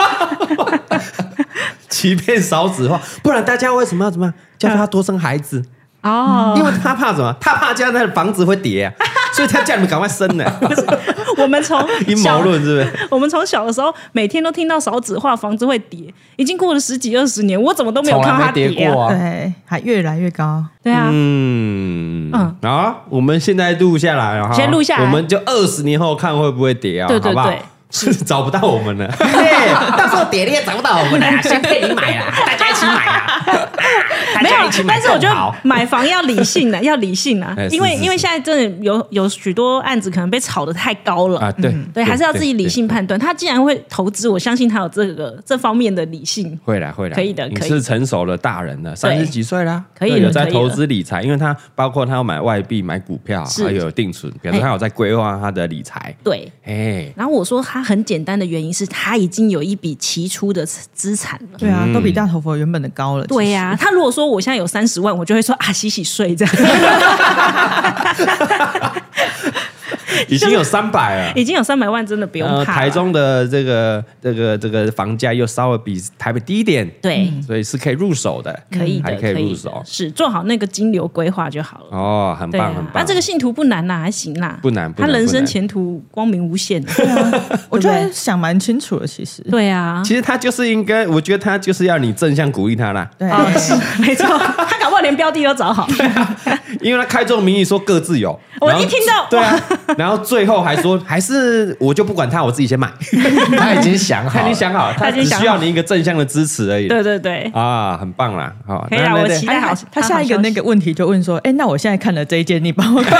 [SPEAKER 2] 欺骗少子化，不然大家为什么要怎么样叫他多生孩子？
[SPEAKER 3] 哦，
[SPEAKER 2] 因为他怕什么？他怕将来的房子会跌啊，所以他叫你们赶快生呢、
[SPEAKER 3] 我们从
[SPEAKER 2] 阴
[SPEAKER 3] 小
[SPEAKER 2] 谋论是不是？
[SPEAKER 3] 我们从小的时候，每天都听到少子化，房子会跌，已经过了十几二十年，我怎么都 没有
[SPEAKER 4] 从
[SPEAKER 3] 看
[SPEAKER 4] 来
[SPEAKER 3] 到
[SPEAKER 4] 没
[SPEAKER 3] 它
[SPEAKER 4] 跌
[SPEAKER 3] 啊
[SPEAKER 4] 过 啊。
[SPEAKER 1] 对，还越来越高。
[SPEAKER 3] 对啊，
[SPEAKER 2] 嗯
[SPEAKER 3] 嗯
[SPEAKER 2] 好啊，我们现在录下来了哈，
[SPEAKER 3] 先录下来
[SPEAKER 2] 我们就二十年后看会不会跌啊，
[SPEAKER 3] 对对
[SPEAKER 2] 好不好
[SPEAKER 3] 对？
[SPEAKER 2] 是找不到我们了，
[SPEAKER 4] 到时候跌你也找不到我们啦，先骗你买 啦，大家一起买啦。
[SPEAKER 3] 没有
[SPEAKER 4] 大家一起，买
[SPEAKER 3] 但是我觉
[SPEAKER 4] 更好
[SPEAKER 3] 得买房要理性的，要理性啊
[SPEAKER 2] 哎，是
[SPEAKER 3] 因为
[SPEAKER 2] 是是
[SPEAKER 3] 因为现在真的有有许多案子可能被炒得太高 了。嗯
[SPEAKER 2] 啊，对
[SPEAKER 3] 对，还是要自己理性判断。他既然会投资，我相信他有这个这方面的理性。
[SPEAKER 2] 会啦，会啦，
[SPEAKER 3] 可以的
[SPEAKER 2] 你
[SPEAKER 3] 可以
[SPEAKER 2] 是成熟了，大人了，三十几岁啦，
[SPEAKER 3] 可以了
[SPEAKER 2] 对有在
[SPEAKER 3] 可以了
[SPEAKER 2] 投资理财，因为他包括他要买外币、买股票，
[SPEAKER 3] 是
[SPEAKER 2] 还有定存，比如说
[SPEAKER 3] 哎
[SPEAKER 2] 他有在规划他的理财，
[SPEAKER 3] 对，
[SPEAKER 2] 哎，
[SPEAKER 3] 然后我说他很简单的原因是他已经有一笔期初的资产了。
[SPEAKER 1] 对啊，
[SPEAKER 2] 嗯
[SPEAKER 1] 都比大头佛原本的高了。其实
[SPEAKER 3] 对啊呀、他如果说我现在有三十万，我就会说啊，洗洗睡这样。
[SPEAKER 2] 已经有三百了。
[SPEAKER 3] 已经有三百万，真的不用怕
[SPEAKER 2] 呃，
[SPEAKER 3] 了、
[SPEAKER 2] 台中的这个这个这个房价又稍微比台北低一点，
[SPEAKER 3] 对，
[SPEAKER 1] 嗯
[SPEAKER 2] 所以是可以入手的，
[SPEAKER 3] 可以
[SPEAKER 2] 嗯还
[SPEAKER 3] 的，
[SPEAKER 2] 可以入
[SPEAKER 3] 的
[SPEAKER 2] 手。
[SPEAKER 3] 是做好那个金流规划就好了。
[SPEAKER 2] 哦，很
[SPEAKER 3] 对啊
[SPEAKER 2] 棒很，棒。
[SPEAKER 3] 那这个信徒不难啦，还行啦，
[SPEAKER 2] 不难不
[SPEAKER 3] 他
[SPEAKER 2] 难
[SPEAKER 3] 人
[SPEAKER 2] 不
[SPEAKER 3] 生
[SPEAKER 2] 难
[SPEAKER 3] 前途光明无限。
[SPEAKER 1] 啊我觉
[SPEAKER 3] 对不
[SPEAKER 1] 得想蛮清楚的，其实。
[SPEAKER 3] 对啊，
[SPEAKER 2] 其实他就是应该，我觉得他就是要你正向鼓励他啦，
[SPEAKER 1] 对，
[SPEAKER 3] 哦，是没错，他搞不好连标的都找好。
[SPEAKER 2] 因为他开宗明义说各自有，
[SPEAKER 3] 我
[SPEAKER 2] 然后
[SPEAKER 3] 一听到
[SPEAKER 2] 对啊，然后最后还说还是我就不管他，我自己先买。
[SPEAKER 4] 他已经想好
[SPEAKER 2] 他
[SPEAKER 4] 了
[SPEAKER 2] 已经，想好了，他
[SPEAKER 3] 他已经
[SPEAKER 2] 只
[SPEAKER 3] 想好
[SPEAKER 2] 需要你一个正向的支持而已。
[SPEAKER 3] 对 对对，
[SPEAKER 2] 啊，很棒啦，好，
[SPEAKER 3] 可以啦
[SPEAKER 2] 那那
[SPEAKER 3] 我
[SPEAKER 2] 那
[SPEAKER 3] 期待
[SPEAKER 1] 还好
[SPEAKER 3] 好
[SPEAKER 1] 他下一个那个问题就问说：“哎，那我现在看了这一件，你帮我 看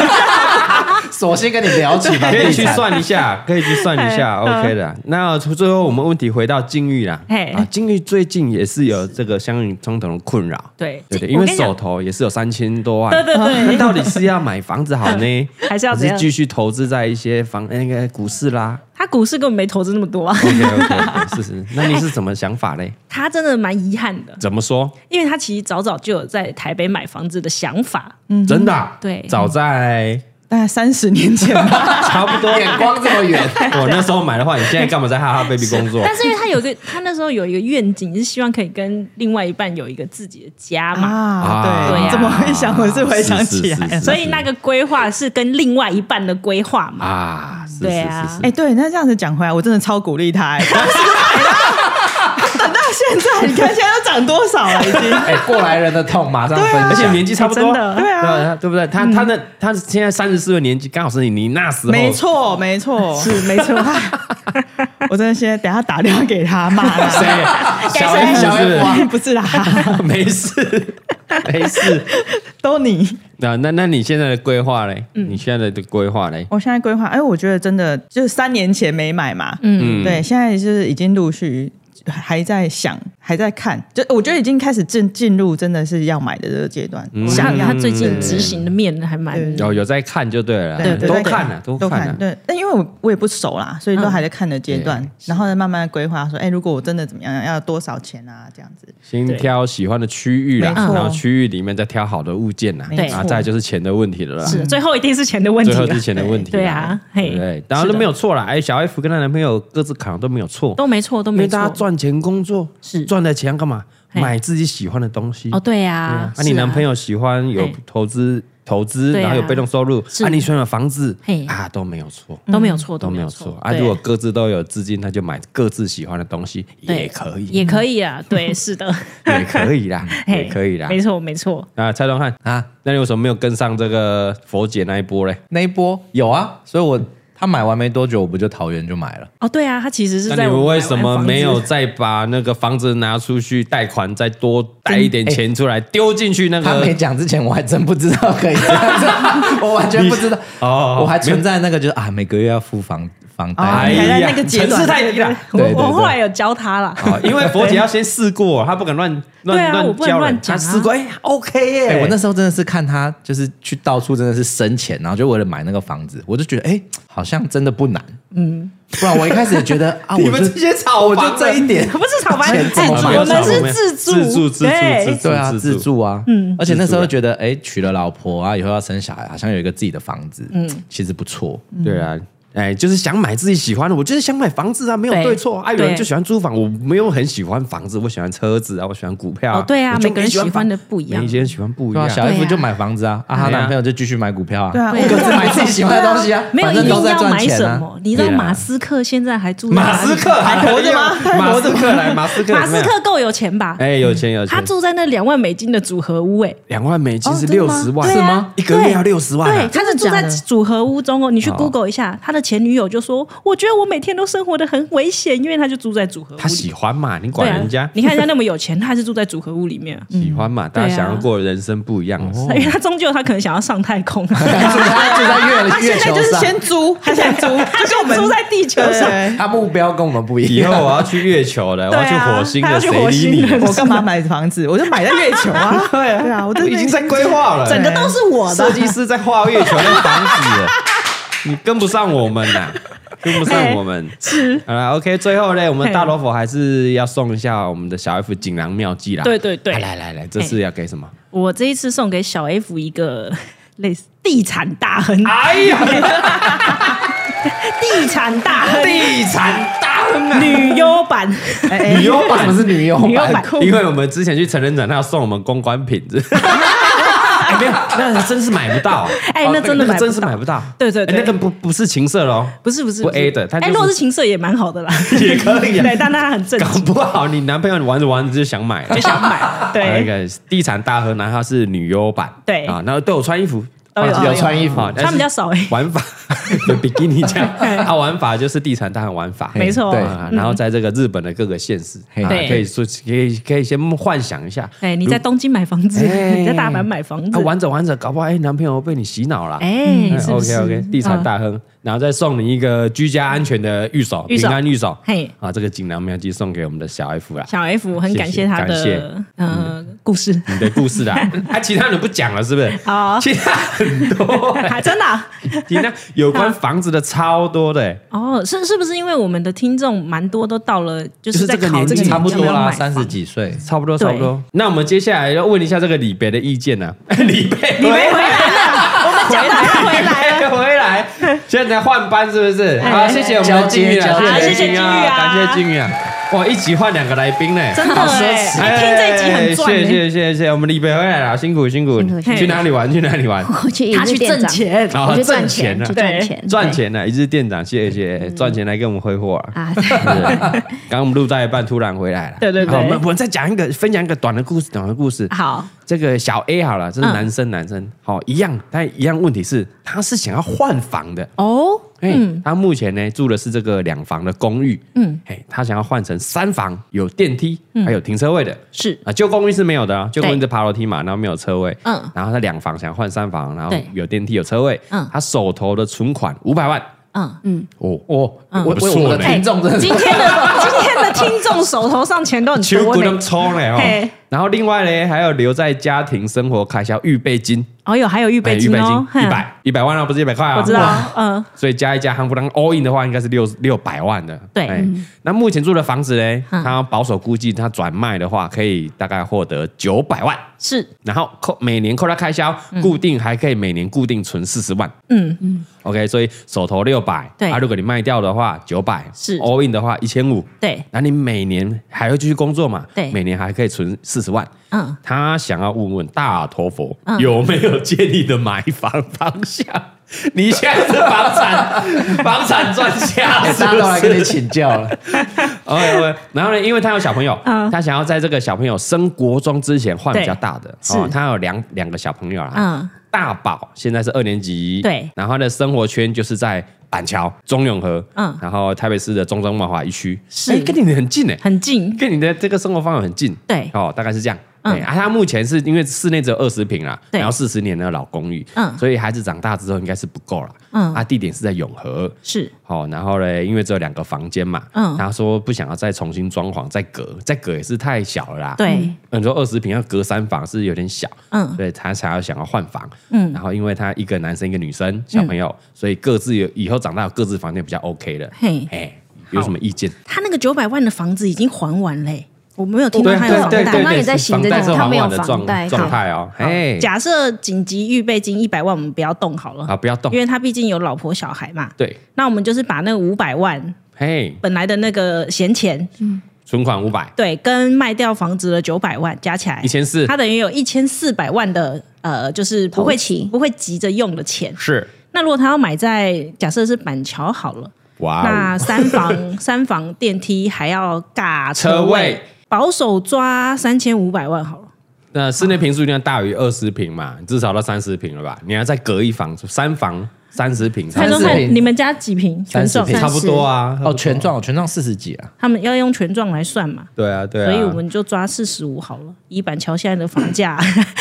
[SPEAKER 4] 索性跟你聊起房
[SPEAKER 2] 可
[SPEAKER 4] 地
[SPEAKER 2] 以去
[SPEAKER 4] 产。
[SPEAKER 2] 算一 下，可以去算一 下
[SPEAKER 3] 哎
[SPEAKER 2] ，OK 的。那最后我们问题回到金玉啦
[SPEAKER 3] 嘿，
[SPEAKER 2] 啊，金玉最近也是有这个相应冲突的困扰，
[SPEAKER 3] 对
[SPEAKER 2] 对对，
[SPEAKER 3] 这
[SPEAKER 2] 因为
[SPEAKER 3] 我跟你讲
[SPEAKER 2] 手头也是有三千多万，
[SPEAKER 3] 对对对
[SPEAKER 1] 嗯
[SPEAKER 2] 那到底是要买房子好呢，
[SPEAKER 3] 还是要怎
[SPEAKER 2] 是
[SPEAKER 3] 样
[SPEAKER 2] 继续投资在一些房那个股市 啦
[SPEAKER 3] 他股市根本没投资那么多啊，
[SPEAKER 2] ？OK OK，是是，那你是怎么想法嘞？
[SPEAKER 3] 他真的蛮遗憾的，
[SPEAKER 2] 怎么说？
[SPEAKER 3] 因为他其实早早就有在台北买房子的想法。
[SPEAKER 2] 真的啊
[SPEAKER 3] 嗯对
[SPEAKER 2] 早在
[SPEAKER 1] 大概三十年前吧。
[SPEAKER 2] 差不多
[SPEAKER 4] 眼光这么远，
[SPEAKER 2] 嗯 我那时候买的话，你现在干嘛在哈哈 baby 工 作？
[SPEAKER 3] 但是因为他有一个，他那时候有一个愿景，是希望可以跟另外一半有一个自己的家嘛。
[SPEAKER 1] 啊，
[SPEAKER 3] 对
[SPEAKER 1] 对，
[SPEAKER 3] 啊
[SPEAKER 1] 怎么会想？我是回想起来
[SPEAKER 2] 是是
[SPEAKER 1] 了
[SPEAKER 2] 是。
[SPEAKER 3] 所以那个规划是跟另外一半的规划嘛。
[SPEAKER 2] 啊，是是
[SPEAKER 3] 对啊
[SPEAKER 2] 是是，
[SPEAKER 1] 哎，对，那这样子讲回来，我真的超鼓励他。哎当时就买了等到现在你看现在都涨多少了，已经。
[SPEAKER 4] 哎，过来人的痛马上分享，
[SPEAKER 2] 而
[SPEAKER 3] 啊
[SPEAKER 2] 且年纪差不多，
[SPEAKER 1] 哎真的对啊
[SPEAKER 2] 对对不对？他他那他现在三十四的年纪，刚好是你你那时候，
[SPEAKER 1] 没，错，没错，是没错。 我真的现在等一下打电话给他骂
[SPEAKER 2] 谁
[SPEAKER 1] 他，
[SPEAKER 2] 哦小 S
[SPEAKER 4] 小
[SPEAKER 2] 是
[SPEAKER 4] S
[SPEAKER 2] 不是？
[SPEAKER 4] 啊
[SPEAKER 1] 不是啦，
[SPEAKER 2] 没事，没事。
[SPEAKER 1] 都你。
[SPEAKER 2] 那那那你现在的规划嘞？你现在的规划嘞？
[SPEAKER 1] 我现在规划，哎，我觉得真的就是三年前没买嘛，嗯，对，现在就是已经陆续还在想，还在看，就我觉得已经开始进进入真的是要买的这个阶段，
[SPEAKER 2] 嗯
[SPEAKER 3] 他
[SPEAKER 1] 想要
[SPEAKER 3] 他最近执行的面还蛮
[SPEAKER 1] 对
[SPEAKER 2] 有有在看啊就对了啦，
[SPEAKER 1] 对，对
[SPEAKER 2] 都
[SPEAKER 1] 对
[SPEAKER 2] 看了，
[SPEAKER 1] 都
[SPEAKER 2] 看了。啊
[SPEAKER 1] 对，但因为我我也不熟啦，所以
[SPEAKER 3] 嗯
[SPEAKER 1] 都还在看的阶段，然后呢慢慢规划说，哎，如果我真的怎么样，要多少钱啊，这样子。
[SPEAKER 2] 先挑喜欢的区域啦，
[SPEAKER 1] 没错
[SPEAKER 2] 然后区域里面再挑好的物件啦，
[SPEAKER 1] 对
[SPEAKER 2] 啊，再来就是钱的问题了啦，
[SPEAKER 3] 是最后一定是钱的问题
[SPEAKER 2] 最后
[SPEAKER 3] 了，
[SPEAKER 2] 是钱的问题啦，
[SPEAKER 3] 对啊
[SPEAKER 2] 对
[SPEAKER 3] 嘿
[SPEAKER 2] 不对，然后
[SPEAKER 3] 是
[SPEAKER 2] 都
[SPEAKER 3] 的
[SPEAKER 2] 没有错啦，哎，小 F 跟她男朋友各自考量都没有错，
[SPEAKER 3] 都没错，都
[SPEAKER 2] 因
[SPEAKER 3] 没
[SPEAKER 2] 为
[SPEAKER 3] 错
[SPEAKER 2] 大家。赚钱工作
[SPEAKER 3] 是
[SPEAKER 2] 赚的钱要干嘛？
[SPEAKER 3] 嘿
[SPEAKER 2] 买自己喜欢的东西
[SPEAKER 3] 哦，对
[SPEAKER 2] 对
[SPEAKER 3] 啊
[SPEAKER 2] 啊，，啊，你
[SPEAKER 3] 是
[SPEAKER 2] 男朋友喜欢有
[SPEAKER 3] 嘿
[SPEAKER 2] 投资。投资，
[SPEAKER 3] 对啊
[SPEAKER 2] 然后有被动收入，
[SPEAKER 3] 是
[SPEAKER 2] 啊，你喜欢有房子
[SPEAKER 3] 嘿，
[SPEAKER 2] 啊，都没有错，
[SPEAKER 3] 都没有错，
[SPEAKER 2] 都没有
[SPEAKER 3] 错
[SPEAKER 2] 错啊。
[SPEAKER 3] 对
[SPEAKER 2] 如果各自都有资金，那就买各自喜欢的东西
[SPEAKER 3] 对
[SPEAKER 2] 也可以，
[SPEAKER 3] 也可以啊， 对，是的，
[SPEAKER 2] 也可以啦，也
[SPEAKER 3] 嘿
[SPEAKER 2] 可以啦。
[SPEAKER 3] 没错没错。
[SPEAKER 2] 啊，蔡东汉啊，那你为什么没有跟上这个佛姐那一波嘞？
[SPEAKER 5] 那一波有啊，所以我他买完没多久，我不就桃园就买了。
[SPEAKER 3] 哦，对啊，他其实是
[SPEAKER 2] 那
[SPEAKER 3] 在
[SPEAKER 2] 你
[SPEAKER 3] 我
[SPEAKER 2] 们为
[SPEAKER 3] 买完
[SPEAKER 2] 什么
[SPEAKER 3] 房
[SPEAKER 2] 没有
[SPEAKER 3] 子？
[SPEAKER 2] 再把那个房子拿出去贷款，再多贷一
[SPEAKER 3] 哎
[SPEAKER 2] 点钱出来丢进去那
[SPEAKER 5] 他没
[SPEAKER 2] 个？
[SPEAKER 5] 讲之前，我还真不知道可以这样子，我完全不知道。
[SPEAKER 2] 哦
[SPEAKER 5] 我还存在那个就是啊，每个月要付房房贷。
[SPEAKER 1] 哦你还在那个阶
[SPEAKER 2] 哎层
[SPEAKER 1] 段
[SPEAKER 2] 次太低了。
[SPEAKER 3] 我
[SPEAKER 5] 对对
[SPEAKER 3] 我
[SPEAKER 5] 对
[SPEAKER 3] 后来有教他了，
[SPEAKER 2] 啊，因为佛姐要先试过，她不敢乱
[SPEAKER 3] 对啊
[SPEAKER 2] 乱
[SPEAKER 3] 我
[SPEAKER 2] 乱
[SPEAKER 3] 不能
[SPEAKER 2] 教人，
[SPEAKER 3] 乱
[SPEAKER 2] 她
[SPEAKER 3] 讲啊
[SPEAKER 2] 试过，哎，OK
[SPEAKER 5] 哎、
[SPEAKER 2] 耶，
[SPEAKER 5] 我那时候真的是看他就是去到处真的是生钱，然后就为了买那个房子，我就觉得哎、好像真的不难，嗯，不然我一开始也觉得啊，
[SPEAKER 2] 你
[SPEAKER 5] 我
[SPEAKER 2] 们
[SPEAKER 5] 就
[SPEAKER 2] 这些炒
[SPEAKER 5] 我
[SPEAKER 2] 房
[SPEAKER 5] 就
[SPEAKER 2] 的
[SPEAKER 5] 这 一 点，
[SPEAKER 3] 不是炒房，
[SPEAKER 5] 钱怎
[SPEAKER 3] 哎
[SPEAKER 5] 么
[SPEAKER 2] 没
[SPEAKER 5] 有
[SPEAKER 3] 我
[SPEAKER 5] 炒
[SPEAKER 3] 们是自
[SPEAKER 2] 自
[SPEAKER 3] 助，
[SPEAKER 2] 助自助
[SPEAKER 3] 对
[SPEAKER 2] 自助
[SPEAKER 5] 对啊，
[SPEAKER 2] 自
[SPEAKER 5] 自
[SPEAKER 2] 助
[SPEAKER 5] 住啊，嗯，而且那时候觉得哎、娶了老婆啊，以后要生小孩，好像有一个自己的房子，嗯，其实不错，
[SPEAKER 2] 对啊。哎，就是想买自己喜欢的，我就是想买房子啊，没有
[SPEAKER 3] 对
[SPEAKER 2] 对错啊。有
[SPEAKER 3] 对
[SPEAKER 2] 人就喜欢租房，我没有很喜欢房子，我喜欢车子啊，我喜欢股票啊。
[SPEAKER 3] 哦对啊
[SPEAKER 2] 我就
[SPEAKER 3] 每个人
[SPEAKER 2] 没
[SPEAKER 3] 喜
[SPEAKER 2] 房
[SPEAKER 3] 欢的不一样
[SPEAKER 2] 每个人喜欢不一
[SPEAKER 5] 对啊，
[SPEAKER 2] 样。
[SPEAKER 5] 小
[SPEAKER 3] 对
[SPEAKER 5] F
[SPEAKER 3] 啊
[SPEAKER 5] 就买房子啊，啊，她
[SPEAKER 2] 对啊
[SPEAKER 5] 男朋友就继续买股票啊，
[SPEAKER 1] 对啊
[SPEAKER 5] 各自买自己喜欢的东西啊，
[SPEAKER 3] 没有
[SPEAKER 5] 反
[SPEAKER 3] 一
[SPEAKER 5] 正
[SPEAKER 3] 定
[SPEAKER 5] 都在
[SPEAKER 3] 要
[SPEAKER 5] 赚
[SPEAKER 3] 买
[SPEAKER 5] 钱
[SPEAKER 3] 什
[SPEAKER 5] 啊。
[SPEAKER 3] 么。你知道马斯克现在还住在
[SPEAKER 2] 啊马斯克还活着吗？马斯克来，马斯克，
[SPEAKER 3] 马斯克够有钱吧？
[SPEAKER 2] 哎，有钱有
[SPEAKER 3] 他
[SPEAKER 2] 钱，
[SPEAKER 3] 住在那两万美金的组合屋，哎，
[SPEAKER 2] 两万美金是
[SPEAKER 1] 哦真的
[SPEAKER 2] 六
[SPEAKER 1] 吗
[SPEAKER 2] 十万，
[SPEAKER 3] 对啊
[SPEAKER 2] 一个月要六十万
[SPEAKER 3] 对，
[SPEAKER 2] 啊，
[SPEAKER 3] 他是住
[SPEAKER 1] 真的假
[SPEAKER 3] 在
[SPEAKER 1] 的
[SPEAKER 3] 组合屋中哦。你去 Google 一下，他的前女友就说：“我觉得我每天都生活的很危险，因为他就住在组合屋里。”
[SPEAKER 2] 他喜欢嘛，你
[SPEAKER 3] 对
[SPEAKER 2] 管人
[SPEAKER 3] 啊
[SPEAKER 2] 家，
[SPEAKER 3] 你看人家那么有钱，他还是住在组合屋里面啊。
[SPEAKER 2] 喜欢嘛，大家
[SPEAKER 3] 对啊
[SPEAKER 2] 想要过的人生不一样。
[SPEAKER 5] 哦
[SPEAKER 3] 因为他终究他可能想要上太空，啊
[SPEAKER 5] 住在住在月月
[SPEAKER 1] 现在
[SPEAKER 5] 球
[SPEAKER 1] 就是
[SPEAKER 5] 上，
[SPEAKER 1] 先租，他先租，
[SPEAKER 3] 他
[SPEAKER 1] 就跟我们
[SPEAKER 3] 住在地球上。
[SPEAKER 1] 对
[SPEAKER 5] 他目标跟我们不一
[SPEAKER 2] 以
[SPEAKER 5] 样
[SPEAKER 2] 后。我要去月球了，我
[SPEAKER 3] 对
[SPEAKER 2] 要去
[SPEAKER 3] 啊
[SPEAKER 2] 火星
[SPEAKER 3] 他
[SPEAKER 2] 了，
[SPEAKER 3] 要去
[SPEAKER 2] 谁
[SPEAKER 3] 火
[SPEAKER 2] 理
[SPEAKER 3] 星
[SPEAKER 2] 你
[SPEAKER 3] 了？
[SPEAKER 1] 我干嘛买房子？我就买在月球啊！对对啊，我真
[SPEAKER 2] 我
[SPEAKER 1] 的
[SPEAKER 2] 已经在规划了，
[SPEAKER 1] 整
[SPEAKER 3] 整个都是我
[SPEAKER 2] 设
[SPEAKER 3] 的，
[SPEAKER 2] 计师在画月球的房子，你跟不上我们 呐、跟不上我们。是，好了，OK，最后呢，我们大罗佛还是要送一下我们的小 F 锦囊妙计啦。
[SPEAKER 3] 对对对
[SPEAKER 2] 来来来来，这次要给什么？
[SPEAKER 3] 我这一次送给小 F 一个类似地产大亨，
[SPEAKER 2] 哎呀，
[SPEAKER 3] 地产大亨
[SPEAKER 2] 地产大亨啊！
[SPEAKER 3] 女优版，
[SPEAKER 1] 哎
[SPEAKER 5] 女优版不是女优
[SPEAKER 3] 女优
[SPEAKER 5] 版，
[SPEAKER 3] 版酷
[SPEAKER 2] 因为我们之前去成人展，他要送我们公关品子。 哎，没有，那真是买不到。
[SPEAKER 3] 哎
[SPEAKER 2] 哦
[SPEAKER 3] 那真的
[SPEAKER 2] 那个
[SPEAKER 3] 买不
[SPEAKER 2] 真是
[SPEAKER 3] 到
[SPEAKER 2] 买不到。
[SPEAKER 3] 对对
[SPEAKER 2] 哎
[SPEAKER 3] 对
[SPEAKER 2] 那个不不是情色哦喽，
[SPEAKER 3] 不是不是
[SPEAKER 2] 不
[SPEAKER 3] 是
[SPEAKER 2] A 的它就
[SPEAKER 3] 哎，
[SPEAKER 2] 是
[SPEAKER 3] 若是情色也蛮好的啦，
[SPEAKER 2] 也可以啊
[SPEAKER 3] 对，但他很正
[SPEAKER 2] 搞
[SPEAKER 3] 经，
[SPEAKER 2] 不好你男朋友玩着玩着就想买了
[SPEAKER 3] 就。想 买，
[SPEAKER 2] 那
[SPEAKER 3] 对，
[SPEAKER 2] 个地产大亨，然后他是女优版，
[SPEAKER 3] 对
[SPEAKER 2] 啊，然后都有穿衣服，
[SPEAKER 3] 都有
[SPEAKER 2] 啊
[SPEAKER 5] 有穿衣服
[SPEAKER 2] 啊但是
[SPEAKER 3] 穿比较少欸
[SPEAKER 2] 玩法有比基尼这样，啊，玩法就是地产大亨玩法，
[SPEAKER 3] 没错
[SPEAKER 5] 对
[SPEAKER 2] 啊，然后在这个日本的各个县市，
[SPEAKER 5] 嘿
[SPEAKER 2] 啊
[SPEAKER 3] 对
[SPEAKER 2] 可以说可以可以先幻想一下，
[SPEAKER 3] 哎，你在东京买房子，
[SPEAKER 2] 哎
[SPEAKER 3] 你在大阪买房
[SPEAKER 2] 啊
[SPEAKER 3] 子，
[SPEAKER 2] 玩着玩着，搞不好哎，男朋友被你洗脑了。
[SPEAKER 3] 哎，是不
[SPEAKER 2] OK
[SPEAKER 3] 是
[SPEAKER 2] OK，地产大亨，然后再送你一个居家安全的玉手，
[SPEAKER 3] 玉
[SPEAKER 2] 平
[SPEAKER 3] 手
[SPEAKER 2] 安玉手，
[SPEAKER 3] 嘿
[SPEAKER 2] 啊，这个锦囊妙计送给我们的小 F 啦，
[SPEAKER 3] 小 F 很感谢他
[SPEAKER 2] 谢谢嗯感
[SPEAKER 3] 的呃故 事，
[SPEAKER 2] 你的故事啦，啊，其他人不讲了是不是？
[SPEAKER 3] 哦
[SPEAKER 2] 其他很多欸，
[SPEAKER 3] 还真的啊。
[SPEAKER 2] 你那有关房子的超多的、欸，
[SPEAKER 3] 哦，是是不是因为我们的听众蛮多都到了，就
[SPEAKER 2] 就是
[SPEAKER 3] 是在
[SPEAKER 2] 这个
[SPEAKER 3] 考
[SPEAKER 2] 年
[SPEAKER 3] 虑
[SPEAKER 2] 纪
[SPEAKER 3] 要
[SPEAKER 5] 差不多
[SPEAKER 3] 要买
[SPEAKER 5] 啦，
[SPEAKER 3] 房
[SPEAKER 5] 三十几岁。
[SPEAKER 2] 差不多
[SPEAKER 3] 对
[SPEAKER 2] 差不多。那我们接下来要问一下这个李北的意见呢、 啊？李北，李北回来了，我们
[SPEAKER 3] 讲到他回来
[SPEAKER 2] 了，回来，现在换班是不是？好，谢谢我们的
[SPEAKER 5] 交接
[SPEAKER 2] 金鱼
[SPEAKER 5] 交
[SPEAKER 2] 啊，
[SPEAKER 5] 接
[SPEAKER 2] 谢谢金鱼啊，
[SPEAKER 3] 好
[SPEAKER 2] 感
[SPEAKER 3] 谢谢
[SPEAKER 2] 谢
[SPEAKER 3] 金
[SPEAKER 2] 金
[SPEAKER 3] 鱼
[SPEAKER 2] 鱼啊。哇，一集换两个来宾呢，
[SPEAKER 3] 真的哎、
[SPEAKER 2] 哎
[SPEAKER 3] 哎听这一集很赚、
[SPEAKER 2] 谢
[SPEAKER 3] 哎
[SPEAKER 2] 谢谢谢谢，我们李北回来了，辛苦辛苦
[SPEAKER 6] 辛苦，辛苦
[SPEAKER 2] 去哪里玩去哪里玩，
[SPEAKER 6] 我去一
[SPEAKER 3] 他
[SPEAKER 6] 日
[SPEAKER 3] 去
[SPEAKER 6] 店
[SPEAKER 3] 挣
[SPEAKER 6] 长，
[SPEAKER 3] 钱，
[SPEAKER 2] 啊
[SPEAKER 6] 我
[SPEAKER 2] 挣
[SPEAKER 6] 去
[SPEAKER 2] 钱
[SPEAKER 6] 赚钱，
[SPEAKER 2] 啊
[SPEAKER 6] 去赚
[SPEAKER 3] 对
[SPEAKER 6] 钱，
[SPEAKER 2] 赚
[SPEAKER 6] 对
[SPEAKER 2] 钱啊呢，一日店长，谢谢谢，赚钱来跟我们挥霍啊。
[SPEAKER 6] 啊！
[SPEAKER 2] 是刚刚我们录到一半，突然回来了。
[SPEAKER 3] 对对对
[SPEAKER 2] 好我们我们再讲一个，分享一个短的故事，短的故事。
[SPEAKER 3] 好，
[SPEAKER 2] 这个小 A 好了，这是
[SPEAKER 3] 嗯
[SPEAKER 2] 男生，男生好一样，但一样问题是，他是想要换房的。
[SPEAKER 3] 哦，
[SPEAKER 2] 哎、他目前呢住的是这个两房的公寓，嗯，哎，他想要换成三房，有电梯，还有停车位的。
[SPEAKER 3] 是
[SPEAKER 2] 啊，旧公寓是没有的啊，旧公寓
[SPEAKER 3] 嗯对
[SPEAKER 2] 是爬楼梯嘛，然后没有车位，嗯
[SPEAKER 3] 嗯，
[SPEAKER 2] 然后他两房想要换三房，然后
[SPEAKER 3] 对
[SPEAKER 2] 有电梯有车位，嗯
[SPEAKER 3] 嗯，
[SPEAKER 2] 他手头的存款五百万，
[SPEAKER 3] 嗯，
[SPEAKER 2] 哦哦，
[SPEAKER 5] 我
[SPEAKER 2] 不
[SPEAKER 5] 我我
[SPEAKER 2] 错
[SPEAKER 5] 的
[SPEAKER 3] 哎
[SPEAKER 2] 呢，
[SPEAKER 5] 听众真 的是
[SPEAKER 3] 今天的今天的听众手头上钱都很
[SPEAKER 2] 秋
[SPEAKER 3] 多
[SPEAKER 2] 骨都
[SPEAKER 3] 呢。
[SPEAKER 2] 抽了哦
[SPEAKER 3] 嘿。
[SPEAKER 2] 然后另外呢，还有留在家庭生活开销预备金，
[SPEAKER 3] 哦哟，还有预
[SPEAKER 2] 哎
[SPEAKER 3] 备金哦，
[SPEAKER 2] 预备金一
[SPEAKER 3] 哼，
[SPEAKER 2] 百一百万啊，不是一百块啊，
[SPEAKER 3] 我知道
[SPEAKER 2] 哇。，
[SPEAKER 3] 嗯，
[SPEAKER 2] 所以加一加，夯不啷 all in 的话，应该是六六百万的。
[SPEAKER 3] 对
[SPEAKER 2] 哎那目前住的房子呢，
[SPEAKER 3] 嗯
[SPEAKER 2] 他保守估计，他转卖的话，可以大概获得九百万。
[SPEAKER 3] 是，
[SPEAKER 2] 然后扣每年扣他开销，固定还可以每年固定存四十万。
[SPEAKER 3] 嗯嗯，
[SPEAKER 2] OK，所以手头六百，
[SPEAKER 3] 对
[SPEAKER 2] 啊，如果你卖掉的话，九百
[SPEAKER 3] 是
[SPEAKER 2] all in 的话一千五，
[SPEAKER 3] 对，
[SPEAKER 2] 那你每年还会继续工作嘛？
[SPEAKER 3] 对
[SPEAKER 2] 每年还可以存四十万。
[SPEAKER 3] 嗯，
[SPEAKER 2] 他想要问问大陀佛、
[SPEAKER 3] 嗯
[SPEAKER 2] 有没有建议的买房方向？ 你现在是房产 房产专家，
[SPEAKER 5] 哎
[SPEAKER 2] 是
[SPEAKER 5] 大家
[SPEAKER 2] 不
[SPEAKER 5] 都来跟你
[SPEAKER 2] 是
[SPEAKER 5] 请教 了，
[SPEAKER 2] ？OK OK。然后呢，因为他有小朋友，
[SPEAKER 3] 嗯
[SPEAKER 2] 他想要在这个小朋友升国中之前换比较大的。哦
[SPEAKER 3] 对是
[SPEAKER 2] 他有两两个小朋友啦。
[SPEAKER 3] 嗯
[SPEAKER 2] 大宝现在是二年级，
[SPEAKER 3] 对
[SPEAKER 2] 然后他的生活圈就是在板桥、中永和，嗯
[SPEAKER 3] 嗯，
[SPEAKER 2] 然后台北市的中中万华一区，
[SPEAKER 3] 是
[SPEAKER 2] 哎跟你很近哎、
[SPEAKER 3] 很近，
[SPEAKER 2] 跟你的这个生活方法很近，
[SPEAKER 3] 对
[SPEAKER 2] 哦，大概是这样。嗯、
[SPEAKER 3] 嗯
[SPEAKER 2] 啊，他目前是因为室内只有二十平啦，
[SPEAKER 3] 对
[SPEAKER 2] 然后四十年的老公寓，
[SPEAKER 3] 嗯
[SPEAKER 2] 所以孩子长大之后应该是不够了，嗯，
[SPEAKER 3] 嗯
[SPEAKER 2] 啊，地点是在永和，
[SPEAKER 3] 是，
[SPEAKER 2] 哦，然后嘞，因为只有两个房间嘛，嗯
[SPEAKER 3] 嗯，
[SPEAKER 2] 他说不想要再重新装潢，再隔，再隔也是太小了啦，
[SPEAKER 3] 对，
[SPEAKER 2] 你说二十平要隔三房是有点小，
[SPEAKER 3] 嗯
[SPEAKER 2] 所以他才要想要换房，嗯，
[SPEAKER 3] 嗯
[SPEAKER 2] 然后因为他一个男生一个女生小朋友，所以各自有以后长大有各自房间比较 OK 了，
[SPEAKER 3] 嘿
[SPEAKER 2] 哎，有什么意见？
[SPEAKER 3] 他那个九百万的房子已经还完嘞、我没有听到
[SPEAKER 6] 对
[SPEAKER 3] 他有房
[SPEAKER 6] 对
[SPEAKER 3] 贷。
[SPEAKER 6] 刚刚也在想
[SPEAKER 2] 房
[SPEAKER 6] 这
[SPEAKER 2] 贷
[SPEAKER 6] 件
[SPEAKER 2] 是
[SPEAKER 6] 事他
[SPEAKER 2] 缓
[SPEAKER 6] 没有
[SPEAKER 2] 缓的状
[SPEAKER 6] 房贷
[SPEAKER 2] 状态哦，哎，
[SPEAKER 3] 假设紧急预备金一百万，我们不要动好了
[SPEAKER 2] 啊，不要动
[SPEAKER 3] 因，为他毕竟有老婆小孩嘛。
[SPEAKER 2] 对，
[SPEAKER 3] 那我们就是把那五百万
[SPEAKER 2] 嘿，
[SPEAKER 3] 本来的那个闲钱，
[SPEAKER 2] 存款五百，
[SPEAKER 3] 对，跟卖掉房子的九百万加起来，
[SPEAKER 2] 1400
[SPEAKER 3] 他等于有一千四百万的呃，就是不会
[SPEAKER 6] 头期
[SPEAKER 3] 不会急着用的钱。
[SPEAKER 2] 是，
[SPEAKER 3] 那如果他要买在假设是板桥好了，
[SPEAKER 2] 哇
[SPEAKER 3] 那
[SPEAKER 2] 哦，
[SPEAKER 3] 三房 三房电梯还要尬
[SPEAKER 2] 车
[SPEAKER 3] 车
[SPEAKER 2] 位
[SPEAKER 3] 位，保守抓三千五百万好了。
[SPEAKER 2] 那室内平数一定要大于二十平嘛，至少到三十平了吧？你要再隔一房，三房三十平，
[SPEAKER 3] 他
[SPEAKER 5] 三
[SPEAKER 3] 说
[SPEAKER 5] 十平
[SPEAKER 3] 看你们家几平全
[SPEAKER 5] 30
[SPEAKER 3] 幢
[SPEAKER 5] 平，
[SPEAKER 2] 差不多啊，
[SPEAKER 5] 哦，全幢全幢四十几啊，
[SPEAKER 3] 他们要用权状来算嘛，
[SPEAKER 2] 对啊对啊，
[SPEAKER 3] 所以我们就抓四十五好了。以板桥现在的 房价，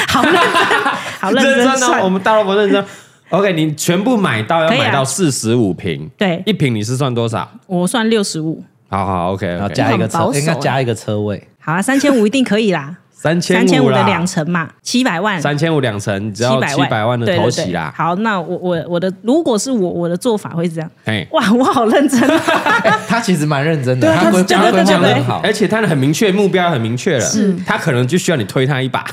[SPEAKER 3] 好认真，好认
[SPEAKER 2] 认
[SPEAKER 3] 真
[SPEAKER 2] 真哦，我
[SPEAKER 3] 算。
[SPEAKER 2] 们大萝卜认真。OK，你全部买到要
[SPEAKER 3] 可以啊
[SPEAKER 2] 买到四十五平，
[SPEAKER 3] 对
[SPEAKER 2] 一平你是算多少？
[SPEAKER 3] 我算六十五，
[SPEAKER 2] 好好，OK，
[SPEAKER 5] 然后加一个
[SPEAKER 6] 你很
[SPEAKER 5] 车
[SPEAKER 3] 啊
[SPEAKER 6] 保，守
[SPEAKER 5] 应该加一个 车位，
[SPEAKER 3] 好啊，三千五一定可以啦，
[SPEAKER 2] 三千
[SPEAKER 3] 三千
[SPEAKER 2] 五
[SPEAKER 3] 五的
[SPEAKER 2] 啦，
[SPEAKER 3] 两成嘛，七百万，
[SPEAKER 2] 三千五两成，只
[SPEAKER 3] 七
[SPEAKER 2] 要
[SPEAKER 3] 百
[SPEAKER 2] 七百万的头
[SPEAKER 3] 对
[SPEAKER 2] 期
[SPEAKER 3] 对对
[SPEAKER 2] 啦。
[SPEAKER 3] 好，那我我我的如果是我我的做法会是这样，
[SPEAKER 2] 嘿，
[SPEAKER 3] 哇， 我好认真，啊
[SPEAKER 5] 哎他其实蛮认真的，他规
[SPEAKER 2] 讲
[SPEAKER 5] 他
[SPEAKER 2] 得
[SPEAKER 5] 规
[SPEAKER 2] 讲
[SPEAKER 5] 划
[SPEAKER 2] 得
[SPEAKER 5] 得很好
[SPEAKER 3] 哎
[SPEAKER 2] 而。且他的很明确，目标很明确了，是，他可能就需要你推他一把，